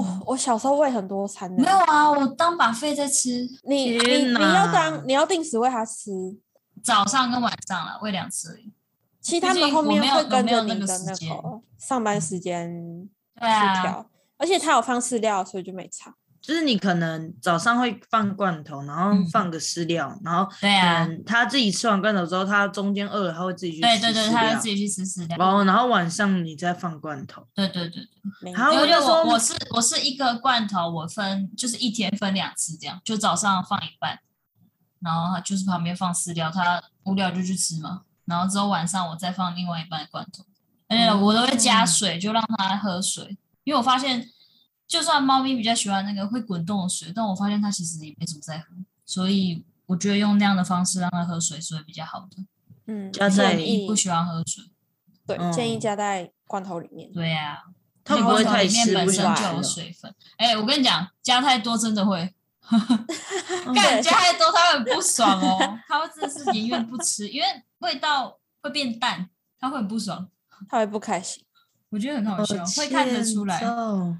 [SPEAKER 1] 哇，哦我小时候喂很多餐的。
[SPEAKER 2] 嗯没有啊，我当把费在吃，
[SPEAKER 1] 你你
[SPEAKER 3] 天
[SPEAKER 1] 你要
[SPEAKER 3] 哪
[SPEAKER 1] 当你要定时喂它吃，
[SPEAKER 2] 早上跟晚上了，喂两次而已。
[SPEAKER 1] 其实
[SPEAKER 2] 毕
[SPEAKER 1] 它们
[SPEAKER 2] 竟
[SPEAKER 1] 后
[SPEAKER 2] 我
[SPEAKER 1] 面
[SPEAKER 2] 没有
[SPEAKER 1] 会
[SPEAKER 2] 我
[SPEAKER 1] 跟
[SPEAKER 2] 没
[SPEAKER 1] 着
[SPEAKER 2] 有那
[SPEAKER 1] 你
[SPEAKER 2] 个
[SPEAKER 1] 的
[SPEAKER 2] 时
[SPEAKER 1] 那
[SPEAKER 2] 间嗯
[SPEAKER 1] 个上班时间
[SPEAKER 2] 对
[SPEAKER 1] 去
[SPEAKER 2] 啊，
[SPEAKER 1] 调，而且它有放饲料，所以就没差。
[SPEAKER 3] 就是你可能早上会放罐头，然后
[SPEAKER 2] 嗯
[SPEAKER 3] 放个饲料，然后
[SPEAKER 2] 对啊，
[SPEAKER 3] 嗯，它自己吃完罐头之后，它中间饿了，它会自己去
[SPEAKER 2] 对
[SPEAKER 3] 吃
[SPEAKER 2] 对对，
[SPEAKER 3] 饲
[SPEAKER 2] 他
[SPEAKER 3] 料
[SPEAKER 2] 就自己去吃饲
[SPEAKER 3] 然
[SPEAKER 2] 料。
[SPEAKER 3] 后然后晚上你再放罐头。
[SPEAKER 2] 对对对，对
[SPEAKER 1] 没
[SPEAKER 3] 还有
[SPEAKER 2] 因
[SPEAKER 3] 我
[SPEAKER 2] 为
[SPEAKER 3] 就说
[SPEAKER 2] 我我是我是一个罐头，我分就是一天分两次这样，就早上放一半，然后就是旁边放饲料，他无聊就去吃嘛，然后之后晚上我再放另外一半的罐头，而且我都会加
[SPEAKER 3] 嗯
[SPEAKER 2] 水，就让它喝水，因为我发现就算猫咪比较喜欢那个会滚动的水，但我发现它其实也没怎么在喝，所以我觉得用那样的方式让它喝水是会比较好的。
[SPEAKER 1] 嗯，
[SPEAKER 3] 加
[SPEAKER 2] 如果
[SPEAKER 3] 在
[SPEAKER 1] 建
[SPEAKER 2] 你
[SPEAKER 1] 议
[SPEAKER 2] 不喜欢喝水，
[SPEAKER 1] 对建议
[SPEAKER 3] 嗯
[SPEAKER 1] 加在罐头里面。
[SPEAKER 2] 对呀、啊，
[SPEAKER 3] 它
[SPEAKER 2] 因
[SPEAKER 3] 不
[SPEAKER 2] 为
[SPEAKER 3] 会
[SPEAKER 2] 罐头
[SPEAKER 3] 太
[SPEAKER 2] 里面
[SPEAKER 3] 湿，
[SPEAKER 2] 本
[SPEAKER 3] 不
[SPEAKER 2] 身
[SPEAKER 3] 想
[SPEAKER 2] 就有
[SPEAKER 3] 吃了
[SPEAKER 2] 水分。哎，我跟你讲，加太多真的会，
[SPEAKER 3] 嗯
[SPEAKER 2] 干加太多它会很不爽哦，它会真的是宁愿不吃，因为味道会变淡，它会很不爽。
[SPEAKER 1] 它会不开心。
[SPEAKER 2] 我觉得很好笑，
[SPEAKER 3] 好
[SPEAKER 2] 会看得出来
[SPEAKER 3] 欠。揍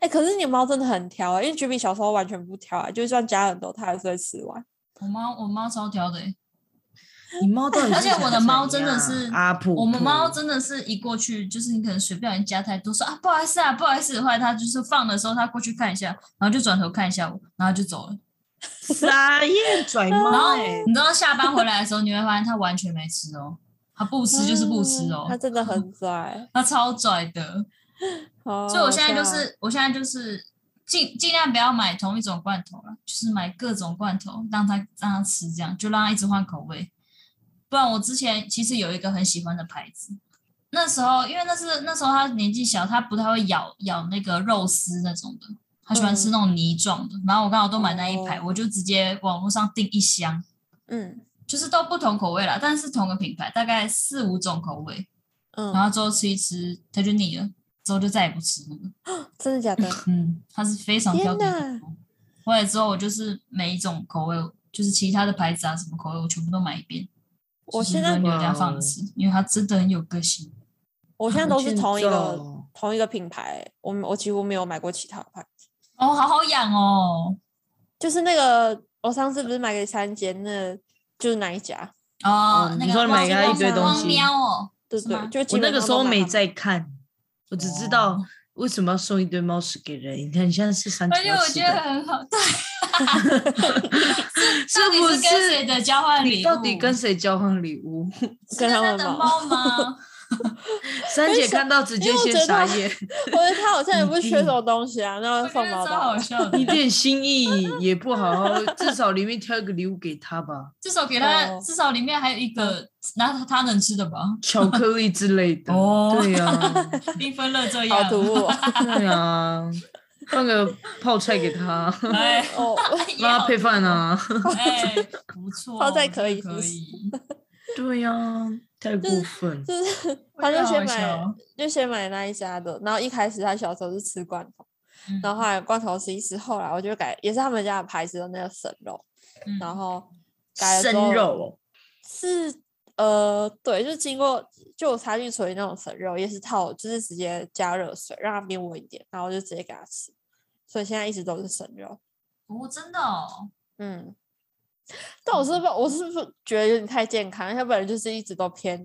[SPEAKER 1] 哎、可是你的猫真的很挑啊、因为 Juby 小时候完全不挑啊，就算加很多，它还是会吃完。
[SPEAKER 2] 我猫我猫超挑的、欸，
[SPEAKER 3] 你猫到底是
[SPEAKER 2] 而且我的
[SPEAKER 3] 想
[SPEAKER 2] 猫
[SPEAKER 3] 怎
[SPEAKER 2] 真的
[SPEAKER 3] 样啊
[SPEAKER 2] 是
[SPEAKER 3] 阿普普，
[SPEAKER 2] 我们猫真的是一过去，就是你可能随便人加太多，说啊不好意思啊不好意思，后来它就是放的时候，它过去看一下，然后就转头看一下我，然后就走了。
[SPEAKER 3] 傻眼拽
[SPEAKER 2] 然后
[SPEAKER 3] 猫欸
[SPEAKER 2] 你知道下班回来的时候，你会发现它完全没吃哦，它不吃就是不吃哦
[SPEAKER 1] 嗯，它真的 很拽。
[SPEAKER 2] 它超拽的。
[SPEAKER 1] 好
[SPEAKER 2] 所以我现在
[SPEAKER 1] 好
[SPEAKER 2] 就
[SPEAKER 1] 笑
[SPEAKER 2] 是，我现在就是尽尽量不要买同一种罐头了，就是买各种罐头，让它让它吃，这样就让它一直换口味。不然我之前其实有一个很喜欢的牌子，那时候因为那是那时候它年纪小，它不太会咬咬那个肉丝那种的，它喜欢吃那种泥状的。然后我刚好都买那一排，
[SPEAKER 1] 哦
[SPEAKER 2] 我就直接网络上订一箱，
[SPEAKER 1] 嗯
[SPEAKER 2] 就是都不同口味啦，但是同个品牌，大概四五种口味。然
[SPEAKER 1] 嗯，
[SPEAKER 2] 后之后吃一吃，它就腻了，之后就再也不吃那个。
[SPEAKER 1] 真的假的？
[SPEAKER 2] 嗯，它是非常
[SPEAKER 1] 天
[SPEAKER 2] 挑剔
[SPEAKER 1] 哪
[SPEAKER 2] 的狗。回来之后，我就是每一种口味，就是其他的牌子啊，什么口味，我全部都买一遍。
[SPEAKER 1] 我
[SPEAKER 2] 就是
[SPEAKER 1] 现在
[SPEAKER 2] 轮流这样
[SPEAKER 3] 哇
[SPEAKER 2] 放
[SPEAKER 3] 哦
[SPEAKER 2] 吃，因为它真的很有个性。
[SPEAKER 1] 我现在都是
[SPEAKER 3] 好
[SPEAKER 1] 同一
[SPEAKER 3] 欠
[SPEAKER 1] 个
[SPEAKER 3] 揍
[SPEAKER 1] 同一个品牌，我我几乎没有买过其他的牌子。
[SPEAKER 2] 哦，好好养哦。
[SPEAKER 1] 就是那个我上次不是买给三姐，那就是哪一家？
[SPEAKER 2] 哦，
[SPEAKER 3] 哦
[SPEAKER 2] 那
[SPEAKER 3] 你
[SPEAKER 2] 个
[SPEAKER 3] 说买
[SPEAKER 2] 汪
[SPEAKER 3] 给他一堆
[SPEAKER 2] 汪
[SPEAKER 1] 东
[SPEAKER 2] 汪
[SPEAKER 1] 西
[SPEAKER 2] 喵哦，
[SPEAKER 1] 对
[SPEAKER 2] 是
[SPEAKER 1] 对
[SPEAKER 2] 吗，
[SPEAKER 1] 就基
[SPEAKER 3] 我那
[SPEAKER 1] 本
[SPEAKER 3] 个
[SPEAKER 1] 上
[SPEAKER 3] 时
[SPEAKER 1] 都
[SPEAKER 3] 候
[SPEAKER 1] 买
[SPEAKER 3] 没
[SPEAKER 1] 他们
[SPEAKER 3] 在看，我只知道为什么要送一堆猫屎给人。你看你现在是三
[SPEAKER 2] 哦而
[SPEAKER 3] 九
[SPEAKER 2] 且
[SPEAKER 3] 要
[SPEAKER 2] 哎我觉得很
[SPEAKER 3] 吃的，
[SPEAKER 2] 好，对，到
[SPEAKER 3] 是不
[SPEAKER 2] 底跟谁的交换礼
[SPEAKER 3] 你
[SPEAKER 2] 物？
[SPEAKER 3] 到底跟谁交换礼物？
[SPEAKER 2] 是
[SPEAKER 1] 跟他
[SPEAKER 2] 他
[SPEAKER 1] 们
[SPEAKER 2] 的
[SPEAKER 1] 吗？
[SPEAKER 2] 猫吗？
[SPEAKER 3] 三姐看到直接
[SPEAKER 1] 因为我
[SPEAKER 3] 先
[SPEAKER 1] 觉得
[SPEAKER 3] 傻
[SPEAKER 1] 他
[SPEAKER 3] 眼，
[SPEAKER 1] 我觉得他好 像也不
[SPEAKER 3] 一
[SPEAKER 1] 缺
[SPEAKER 3] 定
[SPEAKER 1] 什么东西啊，那
[SPEAKER 2] 我
[SPEAKER 1] 就
[SPEAKER 2] 觉
[SPEAKER 1] 放
[SPEAKER 2] 得
[SPEAKER 1] 包
[SPEAKER 2] 超
[SPEAKER 1] 包
[SPEAKER 2] 好
[SPEAKER 1] 吧。
[SPEAKER 2] 笑
[SPEAKER 3] 一
[SPEAKER 2] 的。
[SPEAKER 3] 点心意也不好 好，至少里面挑一个礼物给他吧，
[SPEAKER 2] 至少给他，
[SPEAKER 1] 哦
[SPEAKER 2] 至少里面还有一个，那他他能吃的吧？
[SPEAKER 3] 巧克力之类的。
[SPEAKER 2] 哦
[SPEAKER 3] 对啊呀、
[SPEAKER 2] 缤纷乐这
[SPEAKER 1] 好
[SPEAKER 2] 样
[SPEAKER 1] 突，兀哦！
[SPEAKER 3] 对呀、放个泡菜给他，
[SPEAKER 2] 哎，
[SPEAKER 1] 哦
[SPEAKER 3] 让他配饭
[SPEAKER 2] 呢？
[SPEAKER 3] 啊。
[SPEAKER 2] 哎，不错，
[SPEAKER 1] 泡菜
[SPEAKER 2] 真的
[SPEAKER 1] 可以是
[SPEAKER 2] 可
[SPEAKER 1] 不是
[SPEAKER 2] 以。
[SPEAKER 3] 对呀、太过分。
[SPEAKER 1] 就是
[SPEAKER 2] 我
[SPEAKER 1] 他
[SPEAKER 2] 觉
[SPEAKER 1] 就
[SPEAKER 2] 得
[SPEAKER 1] 先
[SPEAKER 2] 好
[SPEAKER 1] 买
[SPEAKER 2] 笑，哦
[SPEAKER 1] 就先买那一家的，然后一开始他小时候是吃罐头，
[SPEAKER 2] 嗯
[SPEAKER 1] 然后后来罐头吃一吃，后来我就改也是他们家的牌子的那个生肉，
[SPEAKER 2] 嗯
[SPEAKER 1] 然后改了之后
[SPEAKER 3] 生 肉哦
[SPEAKER 1] 是呃对，就是经过就我差距处理那种生肉，也是套就是直接加热水让它变温一点，然后就直接给它吃，所以现在一直都是生肉，
[SPEAKER 2] 哦，真的哦，
[SPEAKER 1] 嗯。但我是不，我是不是觉得有点太健康？因为他本人就是一直都偏，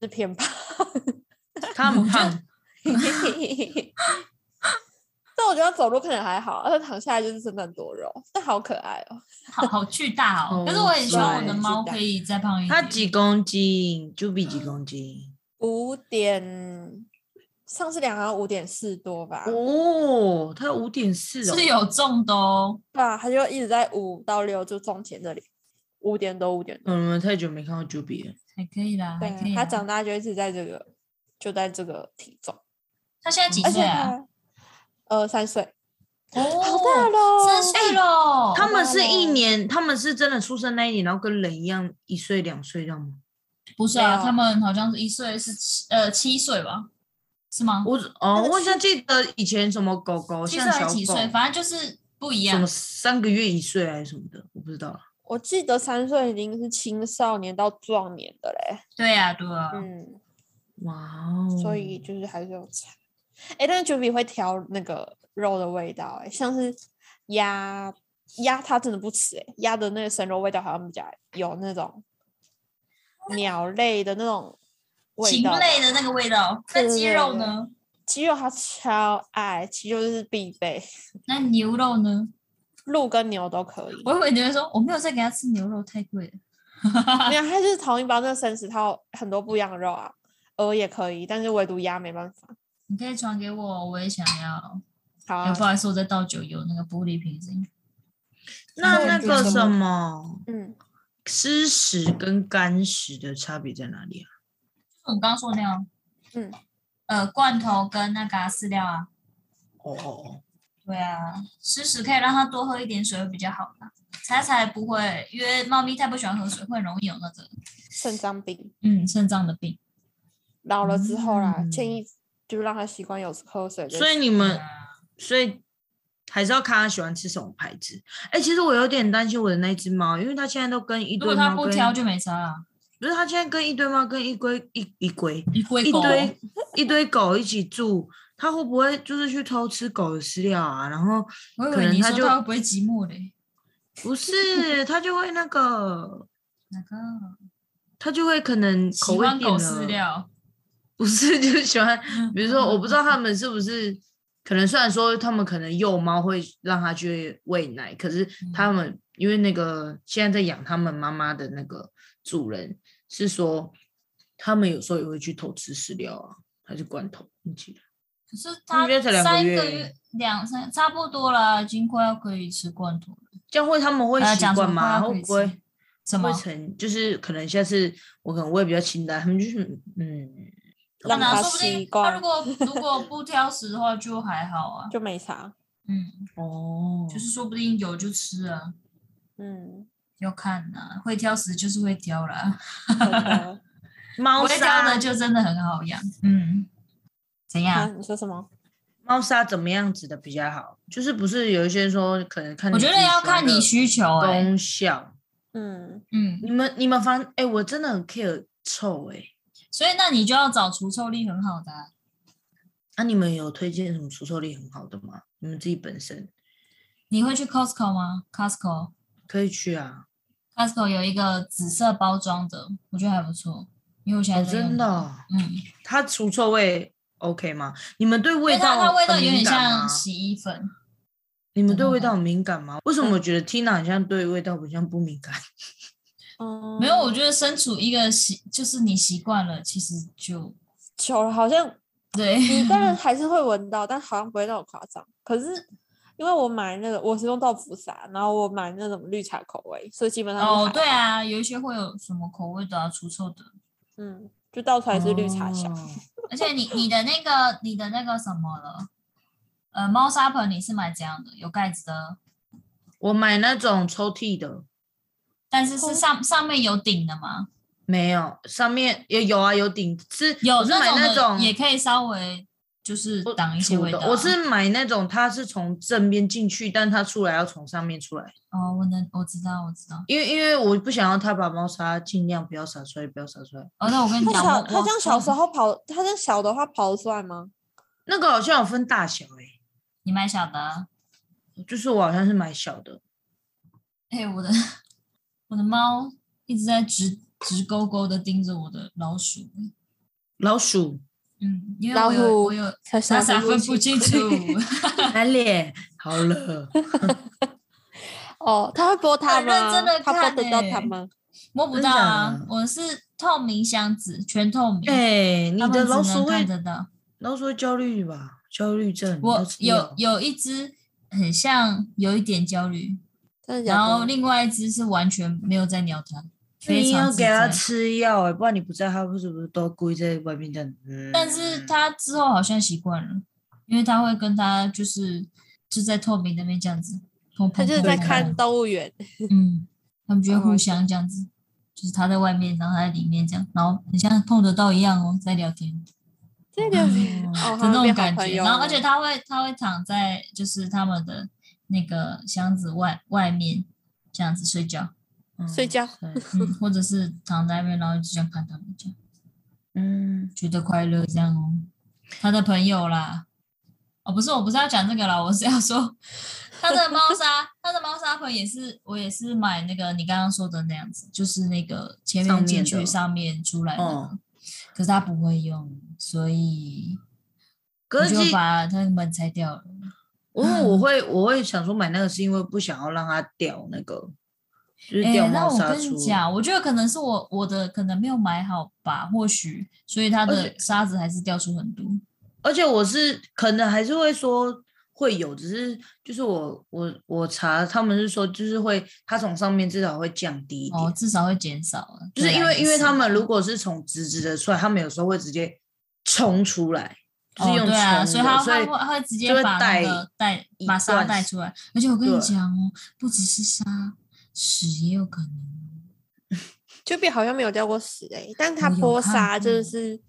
[SPEAKER 1] 是偏胖。
[SPEAKER 3] 哦，他很胖，
[SPEAKER 1] 但我觉得走路可能还好，但躺下来就是真的很多肉，但好可爱哦。
[SPEAKER 2] 好好巨大 哦。
[SPEAKER 3] 好
[SPEAKER 2] 可是我很希望我的
[SPEAKER 1] 巨
[SPEAKER 2] 猫
[SPEAKER 1] 大
[SPEAKER 2] 可以再胖一点。
[SPEAKER 3] 他几公斤？朱比几公斤？
[SPEAKER 1] 五点，上次量好像五点四多吧？
[SPEAKER 3] 哦，他五点四哦，
[SPEAKER 2] 是有重的哦。
[SPEAKER 1] 对啊，它就一直在五到六，就中间这里，五点多五点多。
[SPEAKER 3] 嗯，我们太久没看到朱比了。
[SPEAKER 2] 还可以啦，还可
[SPEAKER 1] 对
[SPEAKER 2] 以
[SPEAKER 1] 啊，它
[SPEAKER 2] 啦。
[SPEAKER 1] 长大就一直在这个，就在这个体重，
[SPEAKER 2] 他现在几
[SPEAKER 1] 而且
[SPEAKER 2] 岁啊？
[SPEAKER 1] 它呃三岁，好大
[SPEAKER 2] 哦，
[SPEAKER 1] 喽，
[SPEAKER 2] 三岁喽。
[SPEAKER 3] 他们
[SPEAKER 1] 大
[SPEAKER 3] 是一
[SPEAKER 1] 了
[SPEAKER 3] 年，他们是真的出生那一年，然后跟人一样一岁两岁这样吗？
[SPEAKER 2] 不是
[SPEAKER 1] 没
[SPEAKER 2] 啊，
[SPEAKER 1] 有
[SPEAKER 2] 他们好像是一岁是七呃七岁吧？是吗？
[SPEAKER 3] 我只
[SPEAKER 1] 那
[SPEAKER 3] 哦，
[SPEAKER 1] 个
[SPEAKER 3] 我好像记得以前什么狗狗
[SPEAKER 2] 七
[SPEAKER 3] 像
[SPEAKER 2] 岁还
[SPEAKER 3] 小
[SPEAKER 2] 是几岁？
[SPEAKER 3] 狗，
[SPEAKER 2] 反正就是不一
[SPEAKER 3] 什
[SPEAKER 2] 样
[SPEAKER 3] 么。三个月一岁还是什么的，我不知道了。
[SPEAKER 1] 我记得三岁已经是青少年到壮年的嘞，
[SPEAKER 2] 对呀、对啊。
[SPEAKER 1] 嗯。
[SPEAKER 3] 哇哦！
[SPEAKER 1] 所以就是还是有差。哎、但是九比会调那个肉的味道、哎，像是鸭鸭，它真的不吃、哎，鸭的那个生肉味道好像比较有那种
[SPEAKER 3] 嗯
[SPEAKER 1] 鸟类的那种味
[SPEAKER 2] 禽
[SPEAKER 1] 道吧。
[SPEAKER 2] 类的那个味道，
[SPEAKER 1] 对
[SPEAKER 2] 那
[SPEAKER 1] 对
[SPEAKER 2] 鸡
[SPEAKER 1] 对
[SPEAKER 2] 肉
[SPEAKER 1] 对
[SPEAKER 2] 呢？
[SPEAKER 1] 鸡肉它超爱，鸡肉就是必备，
[SPEAKER 2] 那牛肉呢？
[SPEAKER 1] 鹿跟牛都可以。
[SPEAKER 2] 我以为你会说我没有在给他吃牛肉，太贵了。
[SPEAKER 1] 没有，它就是同一包那个生食，它有很多不一样的肉啊，鹅也可以，但是唯独鸭没办法。
[SPEAKER 2] 你可以传给我，我也想要。
[SPEAKER 1] 好、
[SPEAKER 2] 哎
[SPEAKER 1] 啊
[SPEAKER 2] 不，好意思，我在倒酒，有那个玻璃瓶子。
[SPEAKER 3] 那
[SPEAKER 1] 那
[SPEAKER 3] 那
[SPEAKER 1] 你
[SPEAKER 3] 个
[SPEAKER 1] 怎
[SPEAKER 3] 什
[SPEAKER 1] 么
[SPEAKER 3] 么
[SPEAKER 1] 嗯，
[SPEAKER 3] 湿食跟干食的差别在哪里啊？
[SPEAKER 2] 我们刚刚说那样，
[SPEAKER 1] 嗯，
[SPEAKER 2] 呃，罐头跟那个啊饲料啊，
[SPEAKER 3] 哦哦哦，
[SPEAKER 2] 对啊，湿食可以让它多喝一点水会比较好啦，才才不会，因为猫咪太不喜欢喝水，会容易有那个
[SPEAKER 1] 肾脏病。
[SPEAKER 2] 嗯肾脏的病。
[SPEAKER 1] 老了之后啦，建
[SPEAKER 3] 嗯
[SPEAKER 1] 议就是让他习惯有喝水的。
[SPEAKER 3] 所以你们
[SPEAKER 2] 啊
[SPEAKER 3] 所以还是要看它喜欢吃什么牌子。哎、其实我有点担心我的那只猫，因为它现在都跟一
[SPEAKER 2] 如
[SPEAKER 3] 堆
[SPEAKER 2] 果它
[SPEAKER 3] 猫
[SPEAKER 2] 不
[SPEAKER 3] 跟
[SPEAKER 2] 挑就没差啦，
[SPEAKER 3] 不是它现在跟一堆猫跟一龟一一龟
[SPEAKER 2] 一堆
[SPEAKER 3] 一
[SPEAKER 2] 狗
[SPEAKER 3] 堆一堆狗一起住，它会不会就是去偷吃狗的饲料啊？然后
[SPEAKER 2] 我以
[SPEAKER 3] 可
[SPEAKER 2] 为
[SPEAKER 3] 能
[SPEAKER 2] 你
[SPEAKER 3] 它
[SPEAKER 2] 说
[SPEAKER 3] 就
[SPEAKER 2] 它会不会寂寞嘞？
[SPEAKER 3] 不是它就会那个，
[SPEAKER 2] 哪个？
[SPEAKER 3] 它就会可能口
[SPEAKER 2] 喜
[SPEAKER 3] 味
[SPEAKER 2] 欢
[SPEAKER 3] 变
[SPEAKER 2] 狗
[SPEAKER 3] 了，
[SPEAKER 2] 饲料，
[SPEAKER 3] 不是就是喜欢，
[SPEAKER 2] 嗯
[SPEAKER 3] 比如说我不知道他们是不是。可能虽然说他们可能幼猫会让它去喂奶，可是他
[SPEAKER 2] 嗯
[SPEAKER 3] 们、因为那个现在在养他们妈妈的那个主人是说，他们有时候也会去偷吃饲料啊，还是罐头，你记得？
[SPEAKER 2] 可是它
[SPEAKER 3] 应该才两个
[SPEAKER 2] 三个
[SPEAKER 3] 月
[SPEAKER 2] 月两三差不多啦，已经快要可以吃罐头了。
[SPEAKER 3] 这样会他们会
[SPEAKER 2] 呃，
[SPEAKER 3] 习
[SPEAKER 2] 讲什
[SPEAKER 3] 惯
[SPEAKER 2] 么
[SPEAKER 3] 吗？
[SPEAKER 2] 话
[SPEAKER 3] 会
[SPEAKER 2] 可以
[SPEAKER 3] 不会
[SPEAKER 2] 吃？什么
[SPEAKER 3] 会？成就是可能下次我可能喂比较清淡，他们就是嗯，
[SPEAKER 1] 让
[SPEAKER 2] 那
[SPEAKER 1] 它
[SPEAKER 2] 啊说不定
[SPEAKER 1] 习
[SPEAKER 2] 它
[SPEAKER 1] 惯
[SPEAKER 2] 如果如果不挑食的话，就还 好啊。
[SPEAKER 1] 就没啥。
[SPEAKER 2] 嗯，
[SPEAKER 3] 哦，
[SPEAKER 2] 就是说不定有就吃啊，
[SPEAKER 1] 嗯，
[SPEAKER 2] 要看呐、会挑食就是会挑啦，
[SPEAKER 1] 好的
[SPEAKER 3] 猫
[SPEAKER 2] 不会挑
[SPEAKER 3] 砂
[SPEAKER 2] 的就真的很好养。嗯，怎
[SPEAKER 1] 啊，
[SPEAKER 2] 样？
[SPEAKER 1] 你说什么？
[SPEAKER 3] 猫砂怎么样子的比较好？就是不是有一些说可能看
[SPEAKER 2] 我觉
[SPEAKER 3] 自
[SPEAKER 2] 得
[SPEAKER 3] 己
[SPEAKER 2] 要
[SPEAKER 3] 喜欢
[SPEAKER 2] 看你
[SPEAKER 3] 的
[SPEAKER 2] 需求、欸，
[SPEAKER 3] 功效。
[SPEAKER 1] 嗯，
[SPEAKER 2] 嗯，
[SPEAKER 3] 你们你们房哎、我真的很 care 臭哎、
[SPEAKER 2] 所以那你就要找除臭力很好的啊、
[SPEAKER 3] 那、啊你们有推荐什么除臭力很好的吗？你们自己本身
[SPEAKER 2] 你会去 Costco 吗？Costco。
[SPEAKER 3] 可以去啊。
[SPEAKER 2] Costco 有一个紫色包装的，我觉得还不错，因为我现在
[SPEAKER 3] 哦，
[SPEAKER 2] 在用
[SPEAKER 3] 真的哦、
[SPEAKER 2] 啊嗯，
[SPEAKER 3] 它除臭味 OK 吗？你们对
[SPEAKER 2] 因为
[SPEAKER 3] 味
[SPEAKER 2] 它
[SPEAKER 3] 道
[SPEAKER 2] 啊它味道
[SPEAKER 3] 很
[SPEAKER 2] 有
[SPEAKER 3] 敏
[SPEAKER 2] 点
[SPEAKER 3] 感吗
[SPEAKER 2] 像洗衣粉，
[SPEAKER 3] 你们
[SPEAKER 2] 的
[SPEAKER 3] 对
[SPEAKER 2] 那
[SPEAKER 3] 味
[SPEAKER 2] 种
[SPEAKER 3] 道很敏感吗？为什
[SPEAKER 2] 嗯
[SPEAKER 3] 么我觉得 Tina 好像对味道不像不敏感？
[SPEAKER 1] 嗯
[SPEAKER 2] 没有，我觉得身处一个习，就是你习惯了，其实就
[SPEAKER 1] 久了好像
[SPEAKER 2] 对，
[SPEAKER 1] 你当然还是会闻到，但好像不会那么夸张。可是因为我买那个，我是用豆腐砂，然后我买那种绿茶口味，所以基本上
[SPEAKER 2] 哦，
[SPEAKER 1] 就
[SPEAKER 2] 对
[SPEAKER 1] 还好，
[SPEAKER 2] 啊，有一些会有什么口味的、啊、除臭的，
[SPEAKER 1] 嗯，就倒出来是绿茶香。
[SPEAKER 3] 哦
[SPEAKER 2] 而且你你的那个你的那个什么了，呃，猫砂盆你是买怎样的？有盖子的，
[SPEAKER 3] 我买那种抽屉的，
[SPEAKER 2] 但是是上上面有顶的吗？
[SPEAKER 3] 没有，上面也有啊，有顶是
[SPEAKER 2] 有
[SPEAKER 3] 我是买
[SPEAKER 2] 种的
[SPEAKER 3] 种
[SPEAKER 2] 也可以稍微就是
[SPEAKER 3] 不
[SPEAKER 2] 挡一些
[SPEAKER 3] 除
[SPEAKER 2] 味道
[SPEAKER 3] 的
[SPEAKER 2] 啊。
[SPEAKER 3] 我是买那种它是从正面进去，但它出来要从上面出来，
[SPEAKER 2] 哦，我能我知道我知道。
[SPEAKER 3] 因为因为我不想要它把猫砂尽量不要洒出来，不要洒出来。
[SPEAKER 2] 哦，那我跟你
[SPEAKER 1] 他
[SPEAKER 2] 讲，
[SPEAKER 1] 小
[SPEAKER 2] 我
[SPEAKER 1] 他
[SPEAKER 2] 我
[SPEAKER 1] 这样小时候跑，他这样小的话跑得出来吗？
[SPEAKER 3] 那个好像有分大小诶、
[SPEAKER 2] 你买小的啊，
[SPEAKER 3] 就是我好像是买小的，
[SPEAKER 2] 哎、我的我的猫一直在直直勾勾的盯着我的老鼠，
[SPEAKER 3] 老鼠
[SPEAKER 2] 嗯，因为
[SPEAKER 1] 老
[SPEAKER 2] 我有
[SPEAKER 1] 虎
[SPEAKER 2] 我有
[SPEAKER 1] 他
[SPEAKER 2] 傻傻分不 清楚，
[SPEAKER 3] 来咧，好了，
[SPEAKER 1] 哦，他会剥它
[SPEAKER 2] 很认
[SPEAKER 1] 吗？
[SPEAKER 2] 真地
[SPEAKER 1] 他剥
[SPEAKER 2] 看
[SPEAKER 1] 得到它
[SPEAKER 2] 欸
[SPEAKER 1] 吗？
[SPEAKER 2] 摸不
[SPEAKER 3] 真假
[SPEAKER 2] 到啊
[SPEAKER 3] 的，
[SPEAKER 2] 我是透明箱子，全透明，
[SPEAKER 3] 哎、你
[SPEAKER 2] 它
[SPEAKER 3] 的
[SPEAKER 2] 们
[SPEAKER 3] 老
[SPEAKER 2] 只
[SPEAKER 3] 鼠
[SPEAKER 2] 能
[SPEAKER 3] 会嗯
[SPEAKER 2] 看得到。
[SPEAKER 3] 老鼠会焦虑吧？焦虑症，要
[SPEAKER 2] 我
[SPEAKER 3] 吃
[SPEAKER 2] 有
[SPEAKER 3] 药
[SPEAKER 2] 有一只很像有一点焦虑，
[SPEAKER 1] 真的假的？
[SPEAKER 2] 然后另外一只是完全没有在鸟它，非
[SPEAKER 3] 你
[SPEAKER 2] 常
[SPEAKER 3] 要
[SPEAKER 2] 自
[SPEAKER 3] 给
[SPEAKER 2] 在
[SPEAKER 3] 它吃药哎、不然你不在，它会是不是都故意在外面这样？嗯、
[SPEAKER 2] 但是他之后好像习惯了，因为他会跟他就是就在透明那边这样子，砰砰
[SPEAKER 1] 他就是
[SPEAKER 2] 砰
[SPEAKER 1] 在
[SPEAKER 2] 砰
[SPEAKER 1] 看哦
[SPEAKER 2] 砰
[SPEAKER 1] 动物园，
[SPEAKER 2] 嗯，他们就会
[SPEAKER 1] 好好
[SPEAKER 2] 互相这样子，就是他在外面，然后他在里面这样，然后很像碰得到一样哦，在聊天
[SPEAKER 1] 这 个
[SPEAKER 3] 嗯
[SPEAKER 1] 哦，
[SPEAKER 2] 的
[SPEAKER 1] 他们
[SPEAKER 2] 那种
[SPEAKER 1] 变好
[SPEAKER 2] 感
[SPEAKER 1] 朋
[SPEAKER 2] 觉。
[SPEAKER 1] 友
[SPEAKER 2] 然后而
[SPEAKER 1] 了
[SPEAKER 2] 且他会他会躺在就是他们的那个箱子外外面这样子睡觉，
[SPEAKER 1] 睡觉
[SPEAKER 2] 嗯，或者是躺在那边，然后就这样看他们这样，
[SPEAKER 3] 嗯，
[SPEAKER 2] 觉得快乐这样哦。他的朋友啦，哦，不是，我不是要讲这个啦，我是要说 他的猫砂，他的猫砂盆也是，我也是买那个你刚刚说的那样子，就是那个前
[SPEAKER 3] 上
[SPEAKER 2] 面进
[SPEAKER 3] 面
[SPEAKER 2] 去
[SPEAKER 3] 的
[SPEAKER 2] 上面出来那个，
[SPEAKER 3] 哦
[SPEAKER 2] 可是他不会用，所以我
[SPEAKER 3] 可是
[SPEAKER 2] 就
[SPEAKER 3] 其
[SPEAKER 2] 把他的门拆掉了。
[SPEAKER 3] 因
[SPEAKER 2] 嗯
[SPEAKER 3] 为我会我会想说买那个是因为不想要让它掉那个，就是
[SPEAKER 2] 哎、
[SPEAKER 3] 掉
[SPEAKER 2] 那
[SPEAKER 3] 猫
[SPEAKER 2] 我
[SPEAKER 3] 砂
[SPEAKER 2] 跟你
[SPEAKER 3] 出。
[SPEAKER 2] 讲，我觉得可能是我我的可能没有买好吧，或许，所以它
[SPEAKER 3] 而
[SPEAKER 2] 的
[SPEAKER 3] 且
[SPEAKER 2] 沙子还是掉出很多。
[SPEAKER 3] 而且我是可能还是会说会有，只是就是我我我查他们是说就是会它从上面至少会降低一点，
[SPEAKER 2] 哦，至少会减少了，
[SPEAKER 3] 就是
[SPEAKER 2] 对啊
[SPEAKER 3] 因为
[SPEAKER 2] 也
[SPEAKER 3] 因为
[SPEAKER 2] 是
[SPEAKER 3] 他们如果是从直直的出来，他们有时候会直接冲出来，就是
[SPEAKER 2] 哦，
[SPEAKER 3] 用冲
[SPEAKER 2] 对啊，
[SPEAKER 3] 的，
[SPEAKER 2] 所
[SPEAKER 3] 所
[SPEAKER 2] 以他他
[SPEAKER 3] 以
[SPEAKER 2] 会他会直接
[SPEAKER 3] 就会
[SPEAKER 2] 把那
[SPEAKER 3] 带
[SPEAKER 2] 个带
[SPEAKER 3] 一
[SPEAKER 2] 把沙
[SPEAKER 3] 段
[SPEAKER 2] 带
[SPEAKER 3] 时
[SPEAKER 2] 出来，而且我跟你
[SPEAKER 3] 对
[SPEAKER 2] 讲哦，不只是沙，屎也有可能。
[SPEAKER 1] 就比好像没有掉过屎哎、但他
[SPEAKER 2] 我哦有
[SPEAKER 1] 播
[SPEAKER 2] 看嗯
[SPEAKER 1] 杀真的
[SPEAKER 2] 过
[SPEAKER 1] 是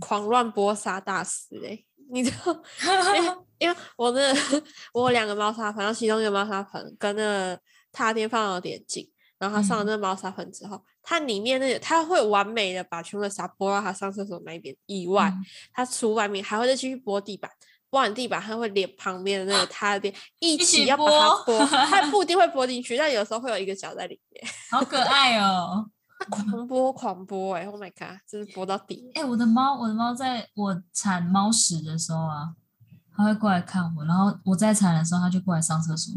[SPEAKER 1] 狂乱播杀大师哎、你知道，
[SPEAKER 2] 哦
[SPEAKER 3] 哎
[SPEAKER 1] 因为我那个 我有两个猫砂盆，然后其中一个猫砂盆跟那个踏天放有点近，然后它上了
[SPEAKER 2] 嗯
[SPEAKER 1] 那个猫砂盆之后，它里面那个它会完美的把全部的沙拨到它上厕所那一边以外，
[SPEAKER 2] 嗯
[SPEAKER 1] 它除外面还会再继续拨地板。拨完地板，它会连旁边的那个它的边一
[SPEAKER 2] 起
[SPEAKER 1] 起要把它
[SPEAKER 2] 拨
[SPEAKER 1] 拨，它不一定会拨进去，但有时候会有一个角在里面。
[SPEAKER 2] 好可爱哦！
[SPEAKER 1] 狂播狂播哎、欸、，Oh my god，真是播到底 欸、
[SPEAKER 2] 哎、我的猫，我的猫在我铲猫屎的时候啊，它会过来看我，然后我在铲的时候，它就过来上厕所，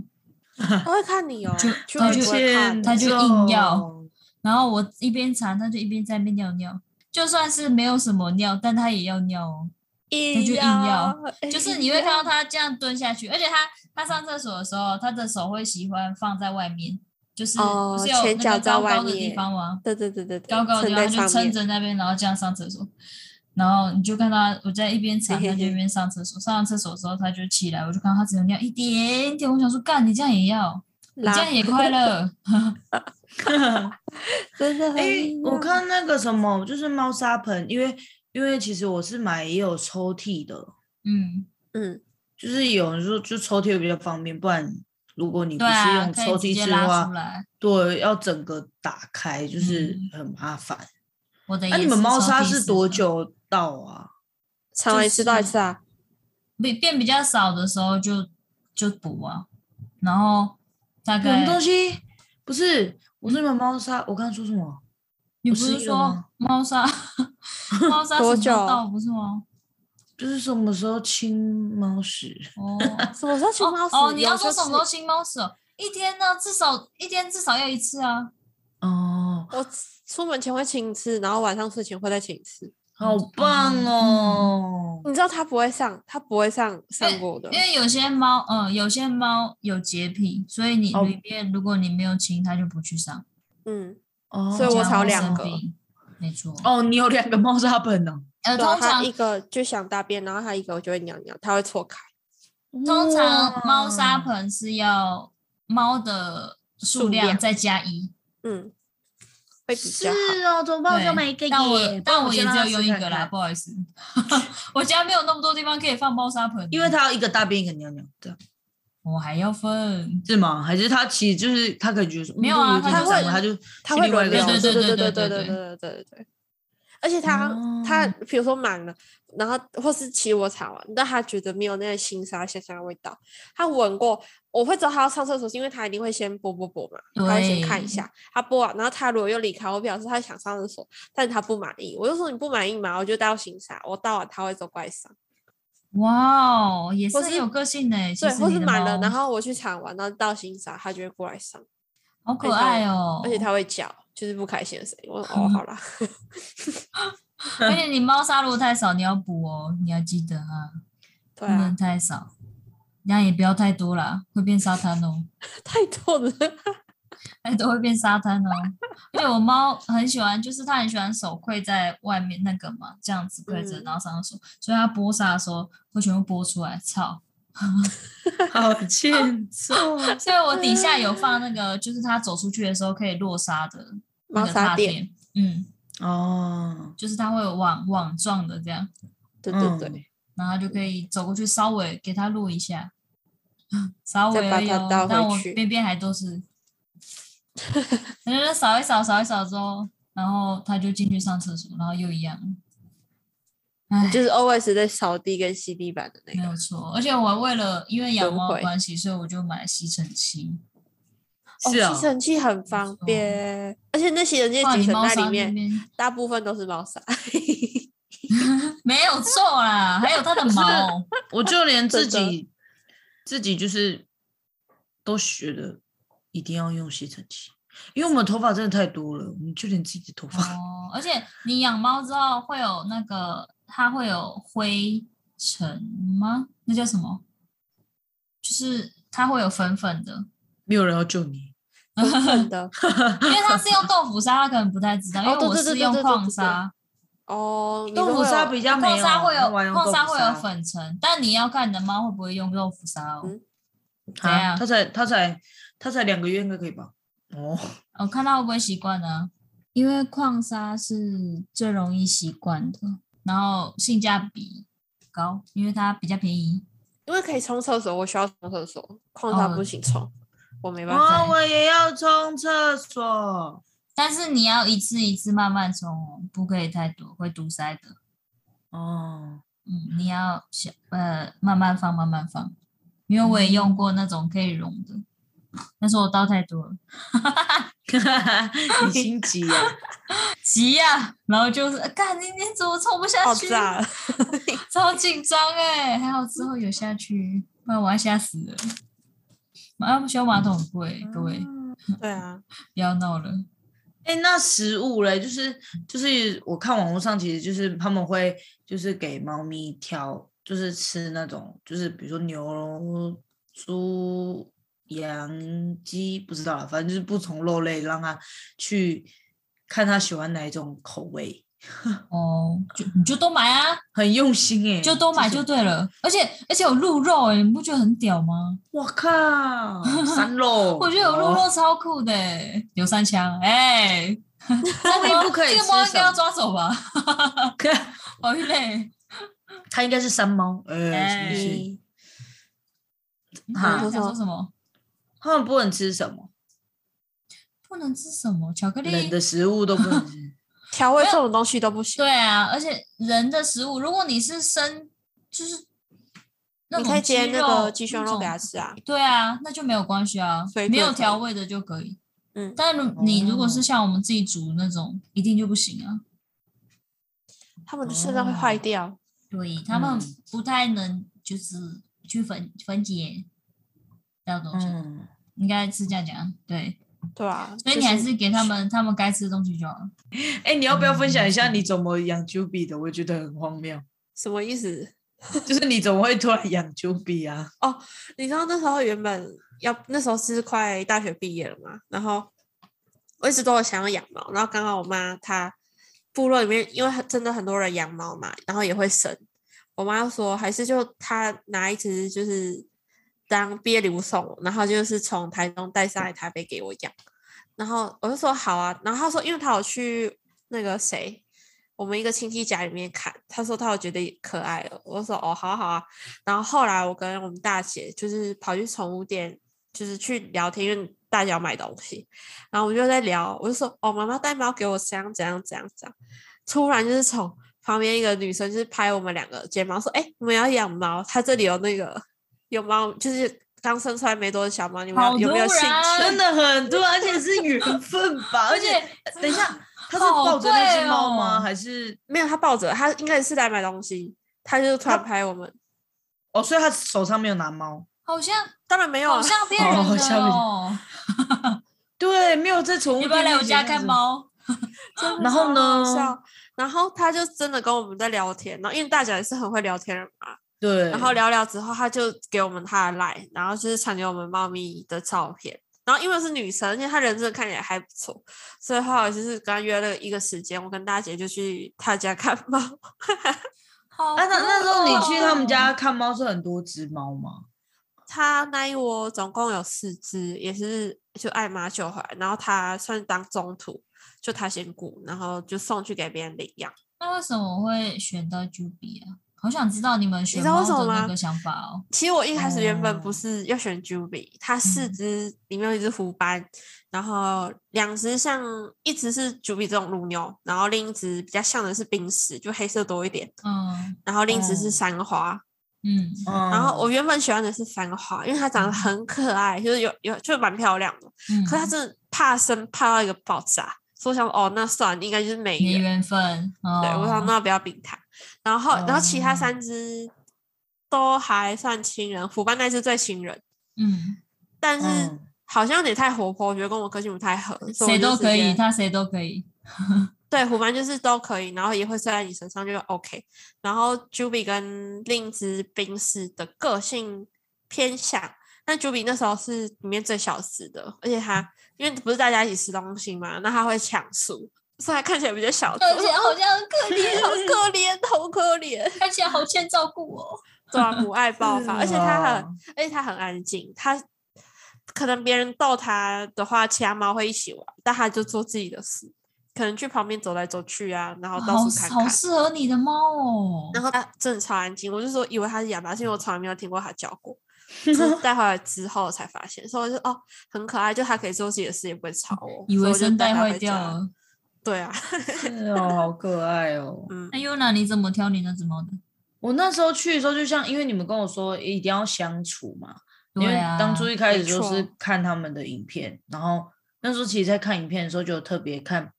[SPEAKER 1] 他会看你哦、
[SPEAKER 2] 就
[SPEAKER 1] 就
[SPEAKER 2] 道
[SPEAKER 1] 会不会
[SPEAKER 3] 歉
[SPEAKER 1] 看
[SPEAKER 2] 他
[SPEAKER 1] 你
[SPEAKER 2] 就硬要然后我一边铲，它就一边在那边尿尿。就算是没有什么尿，但它也要尿哦。
[SPEAKER 1] 硬
[SPEAKER 2] 就硬要，
[SPEAKER 1] 硬
[SPEAKER 2] 就是你会看到
[SPEAKER 1] 要
[SPEAKER 2] 他这样蹲下去，而且他他上厕所的时候，他的手会喜欢放在外面，就是
[SPEAKER 1] 哦
[SPEAKER 2] 不是有
[SPEAKER 1] 前
[SPEAKER 2] 那
[SPEAKER 1] 脚
[SPEAKER 2] 个
[SPEAKER 1] 在
[SPEAKER 2] 高
[SPEAKER 1] 外
[SPEAKER 2] 高的地
[SPEAKER 1] 面
[SPEAKER 2] 方吗？
[SPEAKER 1] 对对对对对，
[SPEAKER 2] 高高的
[SPEAKER 1] 撑
[SPEAKER 2] 地
[SPEAKER 1] 在
[SPEAKER 2] 方他就
[SPEAKER 1] 上
[SPEAKER 2] 撑
[SPEAKER 1] 面，
[SPEAKER 2] 着那边，然后这样上厕所，然后你就看他我在一边铲，
[SPEAKER 1] 嘿嘿
[SPEAKER 2] 他
[SPEAKER 1] 嘿
[SPEAKER 2] 就一边上厕所，上完厕所的时候他就起来，我就看到他只有尿一点点，我想说干你这样也要，你
[SPEAKER 1] 拉
[SPEAKER 2] 这样也快 乐，
[SPEAKER 1] 真的很
[SPEAKER 3] 哎、
[SPEAKER 1] 硬要
[SPEAKER 3] 我看那个什么，就是猫砂盆，因为因为其实我是买也有抽屉的，
[SPEAKER 2] 嗯，
[SPEAKER 1] 嗯，
[SPEAKER 3] 就是有人说就抽屉比较方便，不然如果你不
[SPEAKER 2] 对
[SPEAKER 3] 是
[SPEAKER 2] 啊，
[SPEAKER 3] 用
[SPEAKER 2] 可
[SPEAKER 3] 抽
[SPEAKER 2] 以直
[SPEAKER 3] 屉
[SPEAKER 2] 接
[SPEAKER 3] 吃的
[SPEAKER 2] 拉
[SPEAKER 3] 话
[SPEAKER 2] 出，来。
[SPEAKER 3] 对，要整个打开就是
[SPEAKER 2] 嗯
[SPEAKER 3] 很麻烦。
[SPEAKER 2] 我的
[SPEAKER 3] 那、
[SPEAKER 2] 也
[SPEAKER 3] 你们
[SPEAKER 2] 是
[SPEAKER 3] 猫
[SPEAKER 2] 抽
[SPEAKER 3] 砂
[SPEAKER 2] 屉
[SPEAKER 3] 是
[SPEAKER 2] 式
[SPEAKER 3] 多
[SPEAKER 2] 的？
[SPEAKER 3] 久到啊？
[SPEAKER 1] 常来一次到一次啊，
[SPEAKER 2] 比变比较少的时候就就补啊，然后大
[SPEAKER 3] 什
[SPEAKER 2] 概
[SPEAKER 3] 么东西？不是，我说你们猫砂，我刚刚说什么？
[SPEAKER 2] 你不
[SPEAKER 3] 不
[SPEAKER 2] 是
[SPEAKER 3] 是一个吗
[SPEAKER 2] 说猫砂 猫砂
[SPEAKER 1] 多
[SPEAKER 2] 什么时
[SPEAKER 1] 久
[SPEAKER 2] 候到不是吗？
[SPEAKER 3] 就是什么时候清猫屎？
[SPEAKER 2] 哦
[SPEAKER 1] 什么时候清猫屎？
[SPEAKER 2] 哦哦，你要
[SPEAKER 1] 有时候
[SPEAKER 2] 说什么时候清猫屎哦？一天呢，至少一天至少要一次啊。
[SPEAKER 3] 哦，
[SPEAKER 1] 是？我出门前会清一次，然后晚上睡前会再清一次。
[SPEAKER 3] 好棒
[SPEAKER 2] 嗯
[SPEAKER 3] 哦！
[SPEAKER 1] 你知道它不会上，它不会上上
[SPEAKER 2] 对
[SPEAKER 1] 过的
[SPEAKER 2] 因。为有些猫，嗯，有些猫有洁癖，所以你
[SPEAKER 3] 哦
[SPEAKER 2] 里面如果你没有清，它就不去上，
[SPEAKER 1] 嗯，
[SPEAKER 3] 哦，
[SPEAKER 1] 所以我
[SPEAKER 2] 这样
[SPEAKER 1] 炒
[SPEAKER 2] 会
[SPEAKER 1] 两
[SPEAKER 2] 生
[SPEAKER 1] 个
[SPEAKER 2] 病。没错，
[SPEAKER 3] 哦，你有两个猫砂盆哦呢、
[SPEAKER 2] 呃，
[SPEAKER 1] 对啊，
[SPEAKER 2] 通
[SPEAKER 1] 它
[SPEAKER 2] 常
[SPEAKER 1] 一个就想大便，然后它一个我就会尿尿，它会错开。
[SPEAKER 2] 通
[SPEAKER 3] 哇
[SPEAKER 2] 常猫砂盆是要猫的数量再加一，
[SPEAKER 1] 嗯，会比
[SPEAKER 3] 是
[SPEAKER 1] 较好。
[SPEAKER 3] 哦，怎么办？我就每一个
[SPEAKER 2] 对但我
[SPEAKER 3] 耶，
[SPEAKER 2] 但
[SPEAKER 3] 我
[SPEAKER 2] 我也只有用一个啦，
[SPEAKER 3] 啦，
[SPEAKER 2] 不好意思， 我家没有那么多地方可以放猫砂盆，
[SPEAKER 3] 因为它要一个大便一个尿尿，这样
[SPEAKER 2] 我还要分。
[SPEAKER 3] 是吗？还是它其实就是它可能觉得说
[SPEAKER 2] 没有啊
[SPEAKER 3] 它
[SPEAKER 1] 它会
[SPEAKER 3] 它嗯就
[SPEAKER 1] 它
[SPEAKER 3] 去
[SPEAKER 1] 会
[SPEAKER 3] 另外一
[SPEAKER 1] 轮
[SPEAKER 3] 个
[SPEAKER 1] 流，
[SPEAKER 3] 地
[SPEAKER 2] 对
[SPEAKER 3] 方
[SPEAKER 1] 对
[SPEAKER 2] 对
[SPEAKER 1] 对
[SPEAKER 2] 对
[SPEAKER 1] 对对
[SPEAKER 2] 对对
[SPEAKER 1] 对对对。而且它它
[SPEAKER 3] 哦
[SPEAKER 1] 比如说忙了，然后或是骑我擦完，但它觉得没有那个腥膻香香的味道，它闻过，我会知道它要上厕所，是因为它一定会先拨拨拨嘛，它会先看一
[SPEAKER 2] 对
[SPEAKER 1] 下，它拨完，然后它如果又离开，我表示它想上厕所，但是它不满意，我就说你不满意嘛，我就倒行沙，我倒完它会走过来上，
[SPEAKER 2] 哇哦，也是
[SPEAKER 1] 或
[SPEAKER 2] 很
[SPEAKER 1] 是
[SPEAKER 2] 有个性的欸，其
[SPEAKER 1] 对，
[SPEAKER 2] 实
[SPEAKER 1] 或
[SPEAKER 2] 你
[SPEAKER 1] 是
[SPEAKER 2] 的
[SPEAKER 1] 满了，
[SPEAKER 2] 猫
[SPEAKER 1] 然后我去铲完，然后倒行沙，它就会过来上，
[SPEAKER 2] 好可
[SPEAKER 1] 它
[SPEAKER 2] 爱哦，
[SPEAKER 1] 而且它会叫，就是不开心的声音，我说哦好啦。
[SPEAKER 2] 而且你猫砂如果太少，你要补哦，你要记得啊，
[SPEAKER 1] 对
[SPEAKER 2] 不能
[SPEAKER 1] 啊，
[SPEAKER 2] 太少，那也不要太多啦，会变沙滩哦。
[SPEAKER 1] 太多了。
[SPEAKER 2] 哎，都会变沙滩哦。而且我猫很喜欢，就是它很喜欢手跪在外面那个嘛，这样子跪着，
[SPEAKER 1] 嗯
[SPEAKER 2] 然后上厕所，所以它播沙的时候会全部播出来，操！
[SPEAKER 3] 好欠揍。哦
[SPEAKER 2] 所以我底下有放那个，就是它走出去的时候可以落沙的那
[SPEAKER 1] 猫
[SPEAKER 2] 个
[SPEAKER 1] 砂
[SPEAKER 2] 踏
[SPEAKER 1] 垫
[SPEAKER 2] 垫，嗯，
[SPEAKER 3] 哦，
[SPEAKER 2] 就是它会有网网状的这样，
[SPEAKER 1] 对对对，
[SPEAKER 3] 嗯
[SPEAKER 2] 然后它就可以走过去稍微给它落一下， 稍
[SPEAKER 1] 再
[SPEAKER 2] 微
[SPEAKER 1] 把
[SPEAKER 2] 而已
[SPEAKER 1] 它
[SPEAKER 2] 哦
[SPEAKER 1] 倒
[SPEAKER 2] 但
[SPEAKER 1] 回
[SPEAKER 2] 我
[SPEAKER 1] 去
[SPEAKER 2] 边边还 都是，反正扫一扫扫一扫之后，然后它就进去上厕所，然后又一样。唉，
[SPEAKER 1] 就是 always 在扫地跟吸地板的那
[SPEAKER 2] 没
[SPEAKER 1] 个。
[SPEAKER 2] 有错，而且我为了因为养
[SPEAKER 1] 轮
[SPEAKER 2] 猫的
[SPEAKER 1] 回
[SPEAKER 2] 关系，所以我就买了吸尘器。
[SPEAKER 3] 是
[SPEAKER 1] 哦，
[SPEAKER 3] 啊
[SPEAKER 1] 吸，尘器很方便，而且那吸尘器的
[SPEAKER 2] 哇，
[SPEAKER 1] 集
[SPEAKER 2] 你
[SPEAKER 1] 成
[SPEAKER 2] 猫
[SPEAKER 1] 袋里
[SPEAKER 2] 砂那
[SPEAKER 1] 面
[SPEAKER 2] 边
[SPEAKER 1] 大部分都是猫 砂。
[SPEAKER 2] 没有错啦，还有它的 毛，
[SPEAKER 3] 我就连自
[SPEAKER 1] 真的
[SPEAKER 3] 己自己就是都学的，一定要用吸尘器，因为我们头发真的太多了，我们就连自己的头发。
[SPEAKER 2] 哦，而且你养猫之后会有那个，它会有灰尘吗？那叫什么？就是它会有粉粉的，
[SPEAKER 3] 没有人要救你。
[SPEAKER 1] 真的
[SPEAKER 2] 因为它是用豆腐砂，它可能不太知道，因
[SPEAKER 1] 哦对
[SPEAKER 2] 为我
[SPEAKER 1] 对对
[SPEAKER 2] 是
[SPEAKER 1] 对
[SPEAKER 2] 用
[SPEAKER 1] 对对
[SPEAKER 2] 矿
[SPEAKER 1] 对
[SPEAKER 2] 砂，
[SPEAKER 1] 哦，你
[SPEAKER 3] 豆
[SPEAKER 1] 都
[SPEAKER 3] 腐
[SPEAKER 1] 会
[SPEAKER 3] 砂
[SPEAKER 1] 有
[SPEAKER 3] 比较没
[SPEAKER 2] 矿
[SPEAKER 3] 有，
[SPEAKER 2] 砂会
[SPEAKER 3] 我玩
[SPEAKER 2] 有
[SPEAKER 3] 用
[SPEAKER 2] 矿砂
[SPEAKER 3] 豆腐
[SPEAKER 2] 会有粉尘，但你要看你的猫会不会用豆腐砂哦。
[SPEAKER 1] 嗯
[SPEAKER 2] 怎
[SPEAKER 3] 啊，
[SPEAKER 2] 样
[SPEAKER 3] 他？才他才他才两个月应该可以吧？哦，
[SPEAKER 2] 我、看它会不会习惯呢？因为矿砂是最容易习惯的，然后性价比高，因为它比较便宜。
[SPEAKER 1] 因为可以冲厕所，我需要冲厕所，矿砂
[SPEAKER 2] 哦
[SPEAKER 1] 不行冲，我没办法。
[SPEAKER 3] 哇，我也要冲厕所。
[SPEAKER 2] 但是你要一次一次慢慢冲哦，不可以太多，会堵塞的。
[SPEAKER 3] 哦，
[SPEAKER 2] 嗯，你要想呃慢慢放，慢慢放，因为我也用过那种可以溶的，但是我倒太多了，
[SPEAKER 3] 你心急啊！
[SPEAKER 2] 急呀、然后就是呃干你你怎么冲不下
[SPEAKER 1] 爆
[SPEAKER 2] 去？
[SPEAKER 1] 炸了！
[SPEAKER 2] 超紧张哎，还好之后有下去，不然我要吓死了。马修马桶很贵，各位
[SPEAKER 1] 对啊，
[SPEAKER 2] 不要闹了。
[SPEAKER 3] 哎、那食物嘞，就是就是我看网络上，其实就是他们会就是给猫咪挑，就是吃那种，就是比如说牛、猪、羊、鸡，不知道了，反正就是不同肉类，让它去看它喜欢哪一种口味，
[SPEAKER 2] 哦，就你就都买啊，
[SPEAKER 3] 很用心哎、
[SPEAKER 2] 就都买
[SPEAKER 3] 是
[SPEAKER 2] 就对了。而且而且有鹿肉哎、你不觉得很屌吗？
[SPEAKER 3] 我靠，三肉，
[SPEAKER 2] 我觉得有鹿
[SPEAKER 3] 哦
[SPEAKER 2] 肉超酷的、欸，有三枪 哎，
[SPEAKER 3] 猫咪不可以
[SPEAKER 2] 这
[SPEAKER 3] 吃
[SPEAKER 2] 个猫应该要
[SPEAKER 3] 什么？
[SPEAKER 2] 抓走吧？好累，
[SPEAKER 3] 它应该是山猫，哎、
[SPEAKER 2] 哎
[SPEAKER 3] 是不是？
[SPEAKER 1] 你
[SPEAKER 2] 他
[SPEAKER 1] 你说什
[SPEAKER 2] 想说
[SPEAKER 1] 么
[SPEAKER 2] 什么？
[SPEAKER 3] 他们不能吃什么？
[SPEAKER 2] 不能吃什么巧克力？
[SPEAKER 3] 冷的食物都不 能吃。
[SPEAKER 1] 调味
[SPEAKER 2] 没有
[SPEAKER 1] 这种东西都不行。
[SPEAKER 2] 对啊，而且人的食物，如果你是生，就是那
[SPEAKER 1] 你
[SPEAKER 2] 种
[SPEAKER 1] 可以煎那个鸡胸
[SPEAKER 2] 那
[SPEAKER 1] 肉
[SPEAKER 2] 种
[SPEAKER 1] 给他吃啊，
[SPEAKER 2] 对啊，那就没有关系啊
[SPEAKER 1] 随，
[SPEAKER 2] 没
[SPEAKER 1] 便
[SPEAKER 2] 有
[SPEAKER 1] 可以
[SPEAKER 2] 调味的就可以。
[SPEAKER 1] 嗯
[SPEAKER 2] 但如你如果是
[SPEAKER 3] 哦
[SPEAKER 2] 像我们自己煮那种，一定就不行啊。
[SPEAKER 1] 他们的肾脏会坏
[SPEAKER 2] 哦
[SPEAKER 1] 掉。
[SPEAKER 2] 对他们
[SPEAKER 3] 嗯
[SPEAKER 2] 不太能就是去分分解那种东西，
[SPEAKER 3] 嗯，
[SPEAKER 2] 应该是这样讲。对，
[SPEAKER 1] 对啊，
[SPEAKER 2] 所以
[SPEAKER 1] 就
[SPEAKER 2] 你还是给他们他们该吃的东西就好了。
[SPEAKER 3] 哎、你要不要分享一下你怎么养 j u b y 的？我觉得很荒谬，
[SPEAKER 1] 什么意思？
[SPEAKER 3] 就是你怎么会突然养 j u b y 啊？
[SPEAKER 1] 你知道那时候原本要那时候是快大学毕业了嘛，然后我一直都有想要养猫，然后刚好我妈她部落里面，因为很真的很多人养猫嘛，然后也会生，我妈说还是就她拿一只就是当毕业礼物送我，然后就是从台中带上来台北给我养，然后我就说好啊，然后她说因为她有去那个谁。我们一个亲戚家里面看，她说她有觉得可爱了，我就说哦，好啊好啊，然后后来我跟我们大姐就是跑去宠物店，就是去聊天，因为大姐要买东西，然后我们就在聊，我就说哦，妈妈带猫给我怎样怎样怎样怎样，突然就是从旁边一个女生就是拍我们两个肩膀说，哎，你们要养猫，它这里有那个有猫，就是刚生出来没多久的小猫，你们
[SPEAKER 2] 好
[SPEAKER 1] 有有没有
[SPEAKER 2] 突
[SPEAKER 1] 兴
[SPEAKER 2] 然
[SPEAKER 1] 趣？
[SPEAKER 3] 真的很多，而且是缘分吧？而
[SPEAKER 2] 而
[SPEAKER 3] 且
[SPEAKER 2] 且
[SPEAKER 3] 等一下，他是
[SPEAKER 2] 好
[SPEAKER 3] 抱着那只猫
[SPEAKER 2] 贵
[SPEAKER 3] 吗？
[SPEAKER 2] 哦
[SPEAKER 3] 还是
[SPEAKER 1] 没有，他抱着，他应该是来买东西，他就突然
[SPEAKER 3] 它
[SPEAKER 1] 拍我们，
[SPEAKER 3] 哦？所以他手上没有拿猫。
[SPEAKER 2] 好像
[SPEAKER 1] 当然没有
[SPEAKER 2] 好
[SPEAKER 1] 啊，
[SPEAKER 2] 像别
[SPEAKER 3] 哦
[SPEAKER 2] 人
[SPEAKER 3] 吓
[SPEAKER 2] 的
[SPEAKER 3] 我一跳
[SPEAKER 2] 哦，
[SPEAKER 3] 对，没有在宠物
[SPEAKER 2] 你
[SPEAKER 3] 店
[SPEAKER 2] 不要来
[SPEAKER 3] 面
[SPEAKER 2] 我
[SPEAKER 3] 前
[SPEAKER 2] 家
[SPEAKER 3] 这
[SPEAKER 2] 看
[SPEAKER 3] 样子。
[SPEAKER 2] 猫？
[SPEAKER 1] 真的
[SPEAKER 3] 然后
[SPEAKER 1] 超
[SPEAKER 3] 呢
[SPEAKER 1] 好笑然后他就真的跟我们在聊天，然后因为大家也是很会聊天人嘛，
[SPEAKER 3] 对，
[SPEAKER 1] 然后聊聊之后，他就给我们他的 line，然后就是传给我们猫咪的照片。然后因为是女生，因为她人真的看起来还不错，所以后来就是跟她约了一个时间，我跟大姐就去她家看猫。
[SPEAKER 2] 好
[SPEAKER 3] 啊，那那时候你去他们
[SPEAKER 2] 酷哦
[SPEAKER 3] 家看猫是很多只猫吗？
[SPEAKER 1] 她那一窝总共有四只，也是就爱妈救回来，然后她算是当中途，就她先雇，然后就送去给别人领养。
[SPEAKER 2] 那为什么我会选到 Juby 啊？好想知道你们选
[SPEAKER 1] 知道为
[SPEAKER 2] 猫
[SPEAKER 1] 什么
[SPEAKER 2] 的那
[SPEAKER 1] 吗
[SPEAKER 2] 个想法哦。
[SPEAKER 1] 其实我一开始原本不
[SPEAKER 3] 哦
[SPEAKER 1] 是要选 Juby，、它四
[SPEAKER 2] 嗯
[SPEAKER 1] 只里面有一只虎斑，然后两只像一只是 Juby 这种乳牛，然后另一只比较像的是冰石，就黑色多一点，
[SPEAKER 2] 嗯
[SPEAKER 1] 然后另一只是
[SPEAKER 3] 哦
[SPEAKER 1] 三花。
[SPEAKER 2] 嗯，
[SPEAKER 1] 然
[SPEAKER 3] 然
[SPEAKER 1] 后我原本喜欢的是三花，因为它长得
[SPEAKER 2] 嗯
[SPEAKER 1] 很可爱，就是有有就蛮漂亮的，
[SPEAKER 2] 嗯
[SPEAKER 1] 可是它真的怕生怕到一个爆炸，所以我想哦那算了，应该就是美
[SPEAKER 2] 没
[SPEAKER 1] 人。
[SPEAKER 2] 缘分。
[SPEAKER 1] 对，我想
[SPEAKER 2] 哦
[SPEAKER 1] 那不要冰糖。然后，然后其他三只都还算亲人，虎斑那只最亲人，
[SPEAKER 2] 嗯，
[SPEAKER 1] 但是
[SPEAKER 3] 嗯
[SPEAKER 1] 好像有点太活泼，我觉得跟我个性不太合。所以
[SPEAKER 2] 谁
[SPEAKER 1] 我就
[SPEAKER 2] 都
[SPEAKER 1] 直
[SPEAKER 2] 可以，
[SPEAKER 1] 接
[SPEAKER 2] 他谁都可以。
[SPEAKER 1] 对虎斑就是都可以，然后也会睡在你身上，就 OK。然后 Juby 跟另一只冰狮的个性偏向，但 Juby 那时候是里面最小只的，而且它因为不是大家一起吃东西嘛，那它会抢食，所以它看起来比较小只，
[SPEAKER 2] 而且好像很可怜，哦
[SPEAKER 1] 好可怜，好可怜。
[SPEAKER 2] 看起来好欠照顾哦。
[SPEAKER 1] 对啊，母爱爆发，而且它
[SPEAKER 2] 啊
[SPEAKER 1] 很，
[SPEAKER 3] 哇
[SPEAKER 1] 而且它很安静，它可能别人逗它的话，其他猫会一起玩，但它就做自己的事，可能去旁边走来走去啊，然后到
[SPEAKER 2] 好
[SPEAKER 1] 处看
[SPEAKER 2] 好
[SPEAKER 1] 看。
[SPEAKER 2] 适合你的猫哦。
[SPEAKER 1] 然后它啊真的超安静，我就说以为它是哑巴，是因为我从来没有听过它叫 过，就是
[SPEAKER 3] 哦
[SPEAKER 1] 带回来之后才发现，所以我就哦很可爱，就它可以做自己的事，也不会吵我。
[SPEAKER 2] 以
[SPEAKER 1] 所
[SPEAKER 2] 为
[SPEAKER 1] 我就
[SPEAKER 2] 声
[SPEAKER 1] 带
[SPEAKER 2] 带
[SPEAKER 1] 它
[SPEAKER 2] 坏
[SPEAKER 1] 回
[SPEAKER 2] 掉
[SPEAKER 1] 家。
[SPEAKER 2] 了。
[SPEAKER 1] 对 啊，
[SPEAKER 3] 是哦，好可爱哦。
[SPEAKER 1] 嗯
[SPEAKER 2] 那，Yuna，你怎么挑你那只猫的？
[SPEAKER 3] 我那时候去的时候，就像因为你们跟我说一定要相处嘛，因
[SPEAKER 2] 对
[SPEAKER 3] 为
[SPEAKER 2] 啊，
[SPEAKER 3] 当初一开始就
[SPEAKER 1] 没
[SPEAKER 3] 是
[SPEAKER 1] 错
[SPEAKER 3] 看他们的影片，然后那时候其实，在看影片的时候就有特别看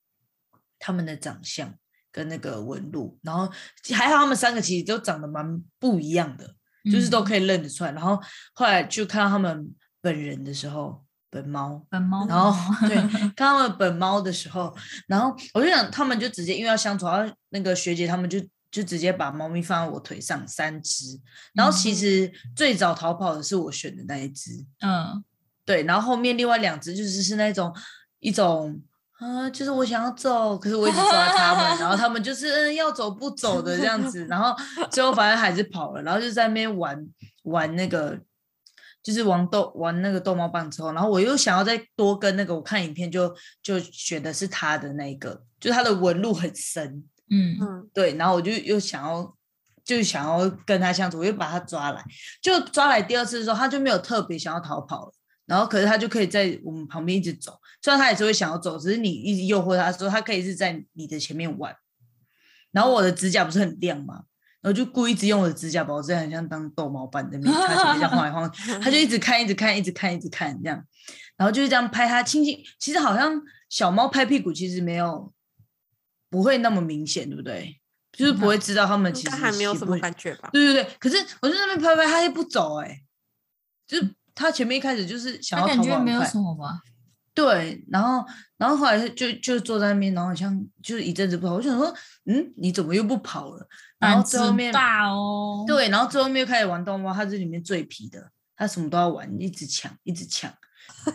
[SPEAKER 3] 他们的长相跟那个纹路，然后还好他们三个其实都长得蛮不一样的，就是都
[SPEAKER 2] 以。
[SPEAKER 3] 可以认得出来。然后后来就看到他们本人的时候，本猫
[SPEAKER 2] 本猫，
[SPEAKER 3] 然 后对，看他们本猫的时候，然后我就想，他们就直接因为要相处，然后那个学姐他们就就直接把猫咪放在我腿上三只，然后其
[SPEAKER 2] 嗯
[SPEAKER 3] 实最早逃跑的是我选的那一只，
[SPEAKER 2] 嗯，
[SPEAKER 3] 对，然后后面另外两只就是是那种一种。啊、就是我想要走，可是我一直抓他们，然后他们就是嗯要走不走的这样子，然后最后反正还是跑了，然后就在那边玩玩那个，就是玩逗玩那个逗猫棒之后，然后我又想要再多跟那个我看影片就就选的是他的那一个，就他的纹路很深，
[SPEAKER 2] 嗯，
[SPEAKER 1] 嗯，
[SPEAKER 3] 对，然后我就又想要就想要跟他相处，我就把他抓来，就抓来第二次的时候，他就没有特别想要逃跑了。然后，可是他就可以在我们旁边一直走，虽然他也是会想要走，只是你一直诱惑他的时候，他可以是在你的前面玩。然后我的指甲不是很亮吗？然后就故意一直用我的指甲把我指甲很像当逗猫棒在那边擦前面这样晃来晃去，他就一直看，一直看，一直看，一直看这样，然后就是这样拍它，轻轻。其实好像小猫拍屁股其实没有不会那么明显，对不对？就是不
[SPEAKER 2] 嗯
[SPEAKER 3] 会知道它们
[SPEAKER 1] 应
[SPEAKER 3] 其实
[SPEAKER 1] 该还没有
[SPEAKER 3] 喜
[SPEAKER 1] 什
[SPEAKER 3] 不
[SPEAKER 1] 么
[SPEAKER 3] 喜
[SPEAKER 1] 感觉 吧？
[SPEAKER 3] 对对对，可是我就在那边拍拍，它也不走、欸，哎，就是它前面一开始就是想
[SPEAKER 2] 他
[SPEAKER 3] 要逃
[SPEAKER 2] 感觉
[SPEAKER 3] 跑
[SPEAKER 2] 没
[SPEAKER 3] 很
[SPEAKER 2] 有
[SPEAKER 3] 快
[SPEAKER 2] 什，么吧？
[SPEAKER 3] 对，然后然后后来就就坐在那边，然后好像就是一阵子不跑，我想说，嗯，你怎么又不跑了？然后
[SPEAKER 2] 胆
[SPEAKER 3] 最
[SPEAKER 2] 子
[SPEAKER 3] 后面
[SPEAKER 2] 大哦，，
[SPEAKER 3] 对，然后最后面又开始玩动物，它是里面最皮的，它什么都要玩，一直抢，一直抢。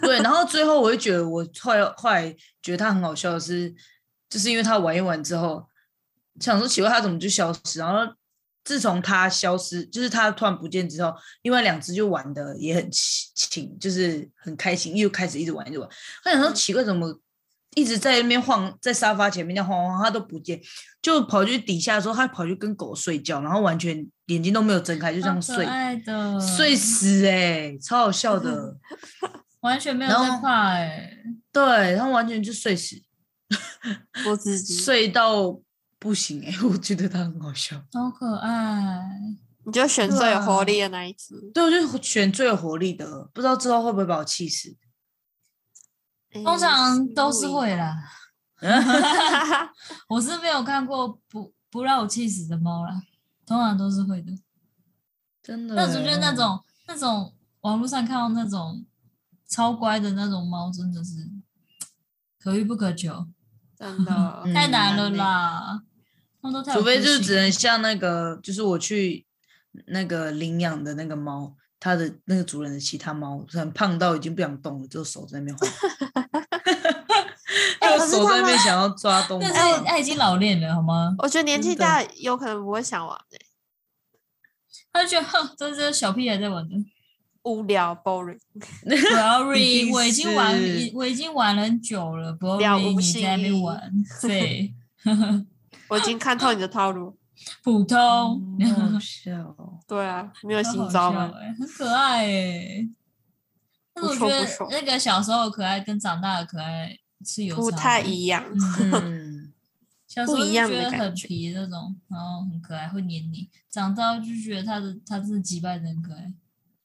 [SPEAKER 3] 对，然后最后我就觉得，我后来后来觉得它很好笑的是，就是因为它玩一玩之后，想说奇怪它怎么就消失，然后自从它消失，就是它突然不见之后，另外两只就玩的也很起起，就是很开心，又开始一直玩一直玩。我想说
[SPEAKER 1] 嗯
[SPEAKER 3] 奇怪怎么。一直在那边晃，在沙发前面那样晃晃晃，它都不见，就跑去底下的时候，它跑去跟狗睡觉，然后完全眼睛都没有睁开，就这样睡
[SPEAKER 2] 可，爱哦的，
[SPEAKER 3] 睡死哎、超好笑的。
[SPEAKER 2] 完全没有
[SPEAKER 3] 然
[SPEAKER 2] 在
[SPEAKER 3] 后
[SPEAKER 2] 怕哎，
[SPEAKER 3] 对，它完全就睡死，
[SPEAKER 1] 我自己，
[SPEAKER 3] 睡到不行哎、 我觉得它很好笑。
[SPEAKER 2] 好可爱，
[SPEAKER 1] 你就选最
[SPEAKER 2] 啊
[SPEAKER 1] 有活
[SPEAKER 3] 哇
[SPEAKER 1] 力的那一只。
[SPEAKER 3] 对，我就选最有活力的，不知道之后会不会把我气死。
[SPEAKER 2] 通
[SPEAKER 1] 嗯
[SPEAKER 2] 常都是会。啦。
[SPEAKER 1] 嗯
[SPEAKER 2] 我是没有看过不不让我气死的猫啦，通常都是会的。
[SPEAKER 3] 真的欸，
[SPEAKER 2] 那我觉得
[SPEAKER 1] 嗯
[SPEAKER 2] 那种那种网络上看到那种超乖的那种猫，真的是可遇不可求，
[SPEAKER 1] 真 的，
[SPEAKER 3] 嗯
[SPEAKER 2] 太难了
[SPEAKER 1] 很欸。，
[SPEAKER 2] 啦。他们都太有
[SPEAKER 3] 除非
[SPEAKER 2] 个
[SPEAKER 3] 就是
[SPEAKER 2] 性
[SPEAKER 3] 只能像那个，就是我去那个领养的那个猫，它的那个主人的其他猫，很胖到已经不想动了，就手在那边晃
[SPEAKER 1] 哎
[SPEAKER 3] 就
[SPEAKER 1] 可是
[SPEAKER 3] 手
[SPEAKER 1] 它
[SPEAKER 3] 在那边
[SPEAKER 1] 们
[SPEAKER 3] 想要抓东西
[SPEAKER 2] 但。
[SPEAKER 1] 哎
[SPEAKER 2] 是哎他已经老练了，好吗？
[SPEAKER 1] 我觉得年纪
[SPEAKER 3] 真的
[SPEAKER 1] 大有可能不会想玩诶、
[SPEAKER 2] 他就觉得，哼，这是小屁孩 在玩的。
[SPEAKER 1] 无聊 boring，
[SPEAKER 2] Bory，
[SPEAKER 3] 定
[SPEAKER 2] 我已经玩
[SPEAKER 3] 是，
[SPEAKER 2] 我已经玩了很久了。
[SPEAKER 1] 了
[SPEAKER 2] Bory，
[SPEAKER 1] 无
[SPEAKER 2] 你在那边
[SPEAKER 1] 新意
[SPEAKER 2] 玩，对，
[SPEAKER 1] 我已经看透你的套路。
[SPEAKER 2] 普通。
[SPEAKER 3] 嗯好笑哦，
[SPEAKER 1] 对啊，没有
[SPEAKER 2] 超
[SPEAKER 1] 新
[SPEAKER 2] 好
[SPEAKER 1] 招
[SPEAKER 2] 笑
[SPEAKER 1] 吗？
[SPEAKER 2] 欸很可爱哎。但
[SPEAKER 1] 不
[SPEAKER 2] 是
[SPEAKER 1] 错
[SPEAKER 2] 我觉
[SPEAKER 1] 不
[SPEAKER 2] 得
[SPEAKER 1] 错
[SPEAKER 2] 那个小时候的可爱跟长大的可爱是有
[SPEAKER 1] 不
[SPEAKER 2] 差
[SPEAKER 1] 太
[SPEAKER 2] 的。
[SPEAKER 1] 一样。
[SPEAKER 2] 嗯，
[SPEAKER 3] 嗯，
[SPEAKER 2] 小时候
[SPEAKER 1] 不一
[SPEAKER 2] 就
[SPEAKER 1] 样
[SPEAKER 2] 觉
[SPEAKER 1] 的
[SPEAKER 2] 得
[SPEAKER 1] 感
[SPEAKER 2] 很
[SPEAKER 1] 觉
[SPEAKER 2] 皮那种，然后很可爱，会黏你。长大就觉得他的他真的击败的很可爱，哦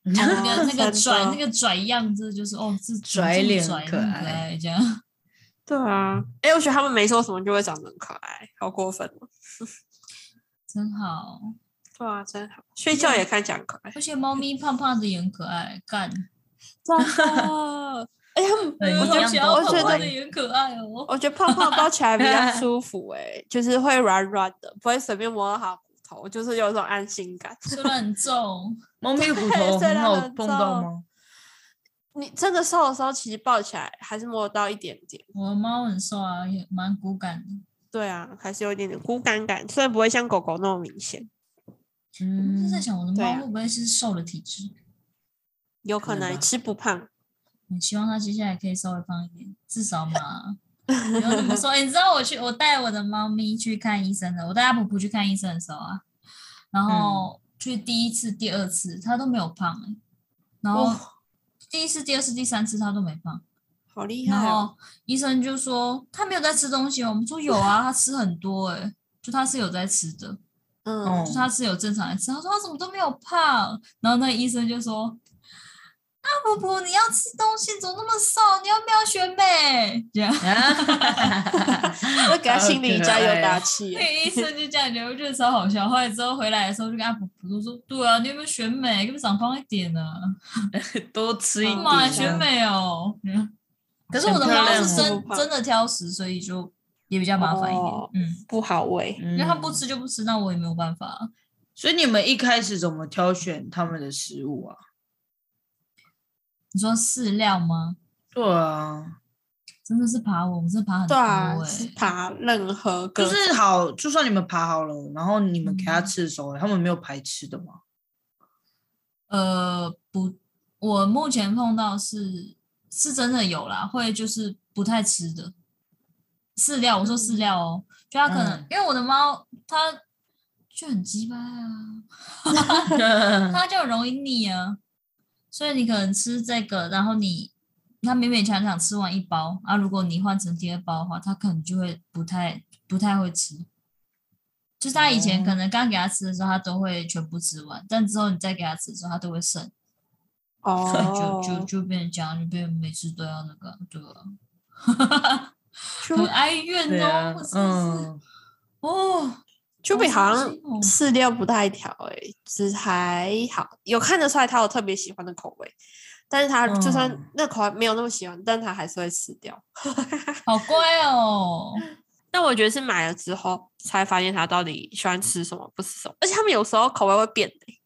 [SPEAKER 2] 那个那个
[SPEAKER 1] 真
[SPEAKER 2] 拽
[SPEAKER 1] 的
[SPEAKER 2] 那个拽样子就是哦，这怎么
[SPEAKER 3] 拽
[SPEAKER 2] 这么
[SPEAKER 3] 脸
[SPEAKER 2] 拽
[SPEAKER 3] 可
[SPEAKER 2] 那么
[SPEAKER 3] 爱
[SPEAKER 2] 爱这样。
[SPEAKER 1] 对啊，哎、我觉得他们没说什么就会长得很可爱，好过分哦。
[SPEAKER 2] 真好，
[SPEAKER 1] 对啊，真好，睡觉也看起来很可爱。
[SPEAKER 2] 而且猫咪胖胖的也很可爱，干，
[SPEAKER 1] 真的，哎、他们
[SPEAKER 3] 对
[SPEAKER 2] 我
[SPEAKER 3] 一
[SPEAKER 2] 好
[SPEAKER 3] 样
[SPEAKER 2] 想
[SPEAKER 3] 都
[SPEAKER 2] 要
[SPEAKER 1] 可
[SPEAKER 2] 胖胖
[SPEAKER 1] 爱
[SPEAKER 2] 的也很可爱哦。
[SPEAKER 1] 我觉得胖胖抱起来比较舒服、哎，就是会软软的，不会随便摸到它骨头，就是有一种安心感。
[SPEAKER 2] 虽然很重，
[SPEAKER 3] 猫咪的骨
[SPEAKER 1] 对
[SPEAKER 3] 头
[SPEAKER 1] 虽
[SPEAKER 3] 很
[SPEAKER 1] 然
[SPEAKER 3] 好
[SPEAKER 1] 很
[SPEAKER 3] 碰到
[SPEAKER 1] 重
[SPEAKER 3] 吗？嗯
[SPEAKER 1] 你真的瘦的时候，其实抱起来还是摸得到一点点。
[SPEAKER 2] 我的猫很瘦啊，也蛮骨感的。
[SPEAKER 1] 对啊，还是有一点点骨感感，虽然不会像狗狗那么明显，
[SPEAKER 2] 我就是在
[SPEAKER 3] 嗯，
[SPEAKER 2] 想，我的
[SPEAKER 1] 对
[SPEAKER 2] 猫
[SPEAKER 1] 啊
[SPEAKER 2] 会不会是瘦的体质？
[SPEAKER 1] 有
[SPEAKER 3] 可
[SPEAKER 1] 可
[SPEAKER 3] 能
[SPEAKER 1] 能
[SPEAKER 3] 吧
[SPEAKER 1] 吃不胖。
[SPEAKER 2] 我希望它接下来可以稍微胖一点，至少嘛，没有那么瘦。欸你知道我去，我带我的猫咪去看医生的，我带阿普普去看医生的时候啊，然
[SPEAKER 1] 嗯
[SPEAKER 2] 后去第一次、第二次，它都没有胖哎、然后
[SPEAKER 1] 哇
[SPEAKER 2] 第一次、第二次、第三次它都没胖，
[SPEAKER 1] 好厉害
[SPEAKER 2] 然
[SPEAKER 1] 哦！
[SPEAKER 2] 后医生就说它没有在吃东西哦，我们说有啊，它吃很多哎、就它是有在吃的，
[SPEAKER 1] 嗯
[SPEAKER 3] 哦，
[SPEAKER 2] 就是他是有正常来吃，他说他怎么都没有胖，然后那个医生就说：“阿婆婆，你要吃东西怎么那么瘦？你要不要学妹？”这样，
[SPEAKER 1] 那给他
[SPEAKER 3] 好
[SPEAKER 1] 心里
[SPEAKER 3] 可
[SPEAKER 1] 加油
[SPEAKER 3] 爱
[SPEAKER 1] 打
[SPEAKER 3] 哦
[SPEAKER 1] 气
[SPEAKER 2] 那
[SPEAKER 1] 耶。
[SPEAKER 2] 个医生就这样讲，我觉得超好笑。后来之后回来的时候，就跟阿婆婆说：“对啊，你有没有学妹？给不长胖一点呢、啊？
[SPEAKER 3] 多吃一
[SPEAKER 1] 嗯
[SPEAKER 3] 点
[SPEAKER 2] 妈呀，
[SPEAKER 1] 对
[SPEAKER 2] 学
[SPEAKER 3] 啊。
[SPEAKER 2] 美哦。嗯”可是我的
[SPEAKER 3] 很漂
[SPEAKER 2] 猫
[SPEAKER 3] 亮
[SPEAKER 2] 是
[SPEAKER 3] 哦
[SPEAKER 2] 真真的挑食，所以就也比较麻烦一点。
[SPEAKER 1] 哦
[SPEAKER 2] 嗯，
[SPEAKER 1] 不好喂。
[SPEAKER 3] 因
[SPEAKER 2] 因为它不吃就不吃，那我也没有办法。
[SPEAKER 3] 嗯所以你们一开始怎么挑选他们的食物啊？
[SPEAKER 2] 你说饲料吗？
[SPEAKER 3] 对啊，
[SPEAKER 2] 真的是爬我，我们是爬很多
[SPEAKER 1] 对啊，
[SPEAKER 2] 哎、
[SPEAKER 1] 是爬任何个
[SPEAKER 3] 就是好，就算你们爬好了，然后你们给它
[SPEAKER 2] 嗯
[SPEAKER 3] 吃的时候，他们没有排吃的吗？
[SPEAKER 2] 呃，不，我目前碰到是是真的有啦，会就是不太吃的饲料。我说饲料哦，就它可能、
[SPEAKER 3] 嗯
[SPEAKER 2] 因为我的猫它就很鸡巴啊，它就很容易腻啊。所以你可能吃这个，然后你它勉勉强强吃完一包啊，如果你换成第二包的话，它可能就会不太不太会吃。就是他以前可能刚给他吃的时候，他都会全部吃完，但之后你再给他吃的时候，他都会剩，所以 就
[SPEAKER 1] 哦，
[SPEAKER 2] 就就变成这样，就变成每次都要那个，对啊，很哀怨
[SPEAKER 3] 对
[SPEAKER 2] 哦，
[SPEAKER 3] 啊
[SPEAKER 2] 是不，是？
[SPEAKER 3] 嗯，
[SPEAKER 2] 哦，
[SPEAKER 1] 丘比好
[SPEAKER 2] 好
[SPEAKER 1] 像
[SPEAKER 2] 伤心哦
[SPEAKER 1] 饲料不太调、欸，哎，只还好，有看得出来他有特别喜欢的口味，但是他就算
[SPEAKER 3] 嗯
[SPEAKER 1] 那口味没有那么喜欢，但他还是会吃掉。
[SPEAKER 2] 好乖哦，
[SPEAKER 1] 但我觉得是买了之后才发现他到底喜欢吃什么，不吃什么，而且他们有时候口味会变的欸、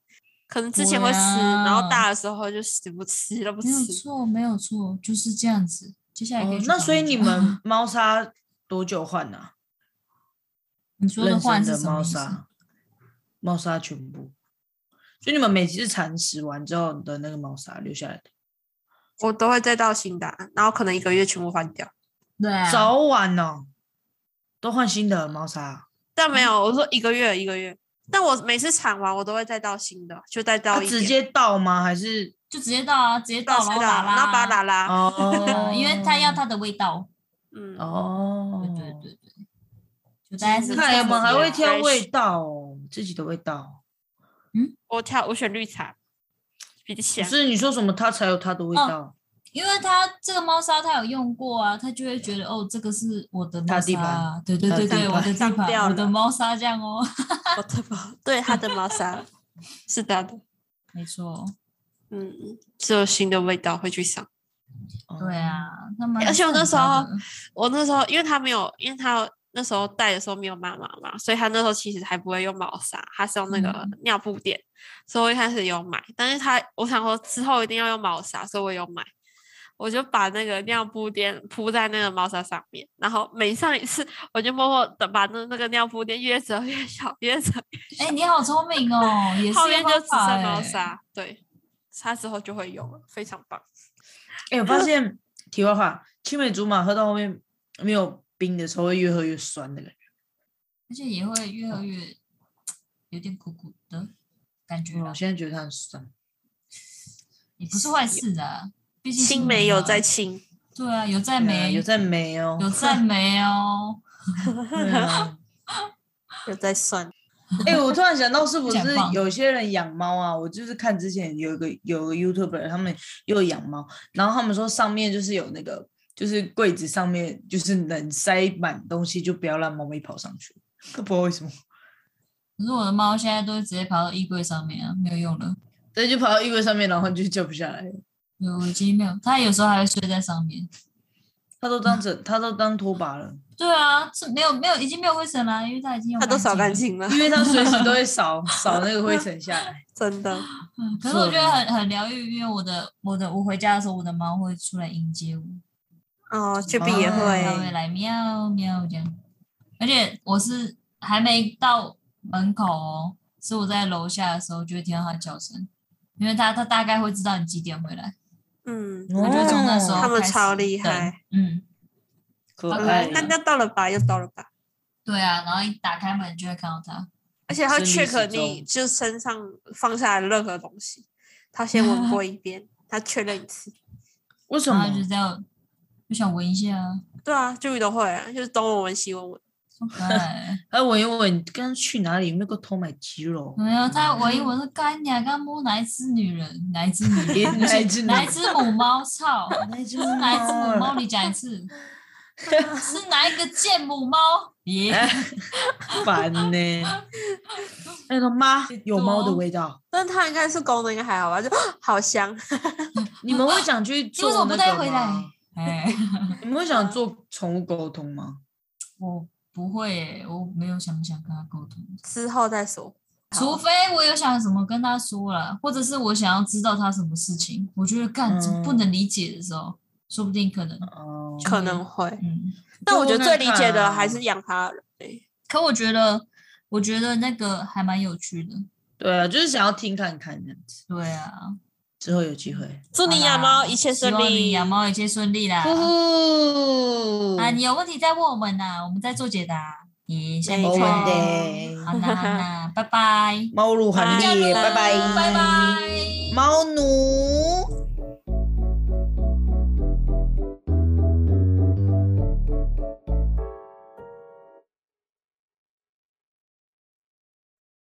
[SPEAKER 1] 可能之前会吃，然
[SPEAKER 2] 哇
[SPEAKER 1] 后大的时候就死不吃都不吃
[SPEAKER 2] 没。有错，没有错，就是这样子。接下来可以
[SPEAKER 3] 哦
[SPEAKER 2] 去
[SPEAKER 3] 那
[SPEAKER 2] 找
[SPEAKER 3] 所以
[SPEAKER 2] 一
[SPEAKER 3] 你
[SPEAKER 2] 下
[SPEAKER 3] 们猫砂多久换呢？
[SPEAKER 2] 你说的
[SPEAKER 3] 认
[SPEAKER 2] 换
[SPEAKER 3] 真
[SPEAKER 2] 是
[SPEAKER 3] 的
[SPEAKER 2] 什么
[SPEAKER 3] 猫
[SPEAKER 2] 意思？
[SPEAKER 3] 砂，猫砂全部。所以你们每次铲屎完之后的那个猫砂留下来的，
[SPEAKER 1] 我都会再到新的啊、然后可能一个月全部换掉。
[SPEAKER 2] 对啊，
[SPEAKER 3] 早晚哦，都换新的猫砂。
[SPEAKER 1] 但没有，我说一个月一个月，但我每次铲完我都会再到新的，就再
[SPEAKER 3] 它
[SPEAKER 1] 到一
[SPEAKER 3] 啊直
[SPEAKER 1] 点
[SPEAKER 3] 接倒吗？还是
[SPEAKER 2] 就直接倒啊，直接
[SPEAKER 1] 到
[SPEAKER 2] 倒，
[SPEAKER 1] 新
[SPEAKER 2] 然后
[SPEAKER 1] 的
[SPEAKER 2] 打
[SPEAKER 1] 啊，
[SPEAKER 2] 啦，
[SPEAKER 1] 然后把它拉拉。
[SPEAKER 3] 哦
[SPEAKER 2] 嗯， 因为它要它的味道。
[SPEAKER 1] 嗯，
[SPEAKER 3] 哦
[SPEAKER 2] 对，对对对，就大家
[SPEAKER 1] 其
[SPEAKER 2] 是
[SPEAKER 1] 实
[SPEAKER 3] 看来我们还会挑
[SPEAKER 1] 还
[SPEAKER 3] 味
[SPEAKER 1] 是
[SPEAKER 3] 道哦，自己的味道。
[SPEAKER 1] 我挑我选绿茶，比较
[SPEAKER 3] 可
[SPEAKER 1] 香。
[SPEAKER 3] 是你说什么它才有它的味
[SPEAKER 2] 哦
[SPEAKER 3] 道？
[SPEAKER 2] 因为它这个猫砂它有用过啊，它就会觉得哦，这个是我的
[SPEAKER 3] 它
[SPEAKER 2] 猫
[SPEAKER 3] 的地
[SPEAKER 2] 砂
[SPEAKER 3] 盘
[SPEAKER 2] 啊，对对
[SPEAKER 3] 它的
[SPEAKER 2] 对
[SPEAKER 3] 地
[SPEAKER 2] 对，我
[SPEAKER 3] 盘
[SPEAKER 2] 的地
[SPEAKER 1] 上吊
[SPEAKER 2] 盘，我的
[SPEAKER 1] 了
[SPEAKER 2] 猫砂这样哦，
[SPEAKER 1] 我的猫， 对它的猫砂，是它的。
[SPEAKER 2] 没错，
[SPEAKER 1] 嗯，只有新的味道会去上。
[SPEAKER 2] 对
[SPEAKER 3] 哦，
[SPEAKER 2] 啊，他们
[SPEAKER 1] 而且我那时候
[SPEAKER 2] 很正常的
[SPEAKER 1] 我那时候因为他没有，因为他那时候带的时候没有妈妈嘛，所以他那时候其实还不会用猫砂，他是用那个
[SPEAKER 2] 嗯
[SPEAKER 1] 尿布垫，所以我一开始有买，但是他我想说之后一定要用猫砂，所以我有买。我就把那个尿布垫铺在那个猫砂上面，然后每上一次，我就默默的把那那个尿布垫越折越小，越折
[SPEAKER 2] 哎、你好聪明 哦，也是
[SPEAKER 1] 后面就只
[SPEAKER 2] 方法
[SPEAKER 1] 剩猫
[SPEAKER 2] 哎
[SPEAKER 1] 砂，对，它之后就会有了，非常棒。
[SPEAKER 3] 哎，我发现题外话，青梅竹马喝到后面没有冰的时候，会越喝越酸的感觉。
[SPEAKER 2] 而且也会越喝越有点苦苦的感觉
[SPEAKER 3] 嗯
[SPEAKER 1] 哦
[SPEAKER 2] 啦
[SPEAKER 3] 我，现在觉得它很酸。
[SPEAKER 2] 也不是坏事的，毕竟
[SPEAKER 1] 青
[SPEAKER 2] 是
[SPEAKER 1] 梅有
[SPEAKER 2] 嘛
[SPEAKER 1] 在青，
[SPEAKER 2] 对啊，有在
[SPEAKER 3] 对啊
[SPEAKER 2] 没
[SPEAKER 3] 有在没哦，
[SPEAKER 2] 有在没哦，
[SPEAKER 3] 对啊
[SPEAKER 1] 有在酸。
[SPEAKER 3] 哎、我突然想到，是不是
[SPEAKER 2] 讲棒
[SPEAKER 3] 有些人养猫啊？我就是看之前有一个有个 YouTuber，他们又养猫，然后他们说上面就是有那个，就是柜子上面就是能塞满东西，就不要让猫咪跑上去。不知道 为什么，
[SPEAKER 2] 可是我的猫现在都会直接爬到衣柜上面啊，没有用了。
[SPEAKER 3] 对，就跑到衣柜上面，然后就叫不下来。
[SPEAKER 2] 有我已经没有，它有时候还会睡在上面。
[SPEAKER 3] 它都当枕，它都当拖把了，
[SPEAKER 2] 对啊，是没有没有，已经没有灰尘啦，因为它已经用
[SPEAKER 1] 它都扫干
[SPEAKER 2] 了。
[SPEAKER 1] 净了，
[SPEAKER 3] 因为它随时都会扫扫那个灰尘下来。
[SPEAKER 1] 真 的。
[SPEAKER 2] 嗯，可是我觉得很很疗愈，因为我的我的我回家的时候，我的猫会出来迎接我。
[SPEAKER 1] 哦，丘
[SPEAKER 3] 哦
[SPEAKER 1] 比也
[SPEAKER 2] 它会
[SPEAKER 1] 会，
[SPEAKER 2] 来喵喵这样。而且我是还没到门口哦，是我在楼下的时候就会听到它叫声，因为它它大概会知道你几点回来。
[SPEAKER 1] 嗯，
[SPEAKER 2] 我就从那时候
[SPEAKER 1] 他们
[SPEAKER 2] 开始
[SPEAKER 1] 超厉
[SPEAKER 2] 等
[SPEAKER 1] 害，嗯
[SPEAKER 2] 嗯，
[SPEAKER 3] 可
[SPEAKER 2] 好
[SPEAKER 3] 爱
[SPEAKER 2] 来
[SPEAKER 1] 那
[SPEAKER 3] 啊。
[SPEAKER 1] 那到了吧，又到了吧，
[SPEAKER 2] 对啊，然后一打开门就会看到它。
[SPEAKER 1] 而且它会
[SPEAKER 3] 生
[SPEAKER 1] check
[SPEAKER 3] 理时钟
[SPEAKER 1] 你就身上放下来的任何东西，它先闻过 一遍，它确认一次。
[SPEAKER 3] 为什
[SPEAKER 2] 然
[SPEAKER 3] 么
[SPEAKER 2] 后？啊就这样，就想闻一下啊，
[SPEAKER 1] 对啊，丘比都会啊，就是东闻闻西闻闻，
[SPEAKER 2] 好可爱。
[SPEAKER 3] 哎，闻一闻，刚刚去哪里？有没有给我偷买鸡肉？
[SPEAKER 2] 没有，他闻一闻说干呀，刚摸哪一只女人，哪一只女
[SPEAKER 3] 也
[SPEAKER 2] 人，
[SPEAKER 3] 哪一只女
[SPEAKER 2] 哪一
[SPEAKER 3] 人
[SPEAKER 2] 只母猫，操，
[SPEAKER 3] 哪一只
[SPEAKER 2] 是哪一只母
[SPEAKER 3] 猫
[SPEAKER 2] 猫？
[SPEAKER 3] 啊？
[SPEAKER 2] 你讲一次， 是哪一个贱母猫？耶，
[SPEAKER 3] 烦呢、那种妈
[SPEAKER 2] 最
[SPEAKER 3] 有猫的
[SPEAKER 2] 多
[SPEAKER 3] 味道，
[SPEAKER 1] 但它应该是公的，应该还好吧，就 好香。
[SPEAKER 3] 你们会想 去
[SPEAKER 2] 你为什么
[SPEAKER 3] 做
[SPEAKER 2] 不
[SPEAKER 3] 那
[SPEAKER 2] 带
[SPEAKER 3] 个
[SPEAKER 2] 回来
[SPEAKER 3] 吗？？
[SPEAKER 2] 哎，
[SPEAKER 3] 你们会想做宠物沟通吗？
[SPEAKER 2] 我不会耶，我没有想想跟他沟通，
[SPEAKER 1] 之后再说，
[SPEAKER 2] 除非我有想什么跟他说了，或者是我想要知道他什么事情，我觉得干怎么不
[SPEAKER 3] 嗯
[SPEAKER 2] 能理解的时候，说不定可能，
[SPEAKER 3] 哦、
[SPEAKER 1] 可能会。
[SPEAKER 2] 嗯。
[SPEAKER 1] 但我觉得最理解的
[SPEAKER 2] 啊
[SPEAKER 3] 看
[SPEAKER 1] 还是养它的人欸。
[SPEAKER 2] 可我觉得，我觉得那个还蛮有趣的。
[SPEAKER 3] 对啊，就是想要听看看这样子，
[SPEAKER 2] 对啊，
[SPEAKER 3] 之后有机会。
[SPEAKER 1] 祝你
[SPEAKER 2] 好
[SPEAKER 1] 养
[SPEAKER 2] 啦
[SPEAKER 1] 猫一切
[SPEAKER 2] 希
[SPEAKER 1] 顺
[SPEAKER 2] 望你
[SPEAKER 1] 利，
[SPEAKER 2] 养猫一切顺利啦！
[SPEAKER 3] 呼呼嗯
[SPEAKER 2] 啊啊，你有问题再问我们呐，我们再做解答。耶，下一
[SPEAKER 1] 没错
[SPEAKER 2] 次见
[SPEAKER 1] 好
[SPEAKER 2] 好啦好 啦，拜拜，
[SPEAKER 3] 猫乳
[SPEAKER 1] 拜
[SPEAKER 3] 寒烈，拜
[SPEAKER 1] 拜
[SPEAKER 2] 拜拜。
[SPEAKER 3] 猫奴。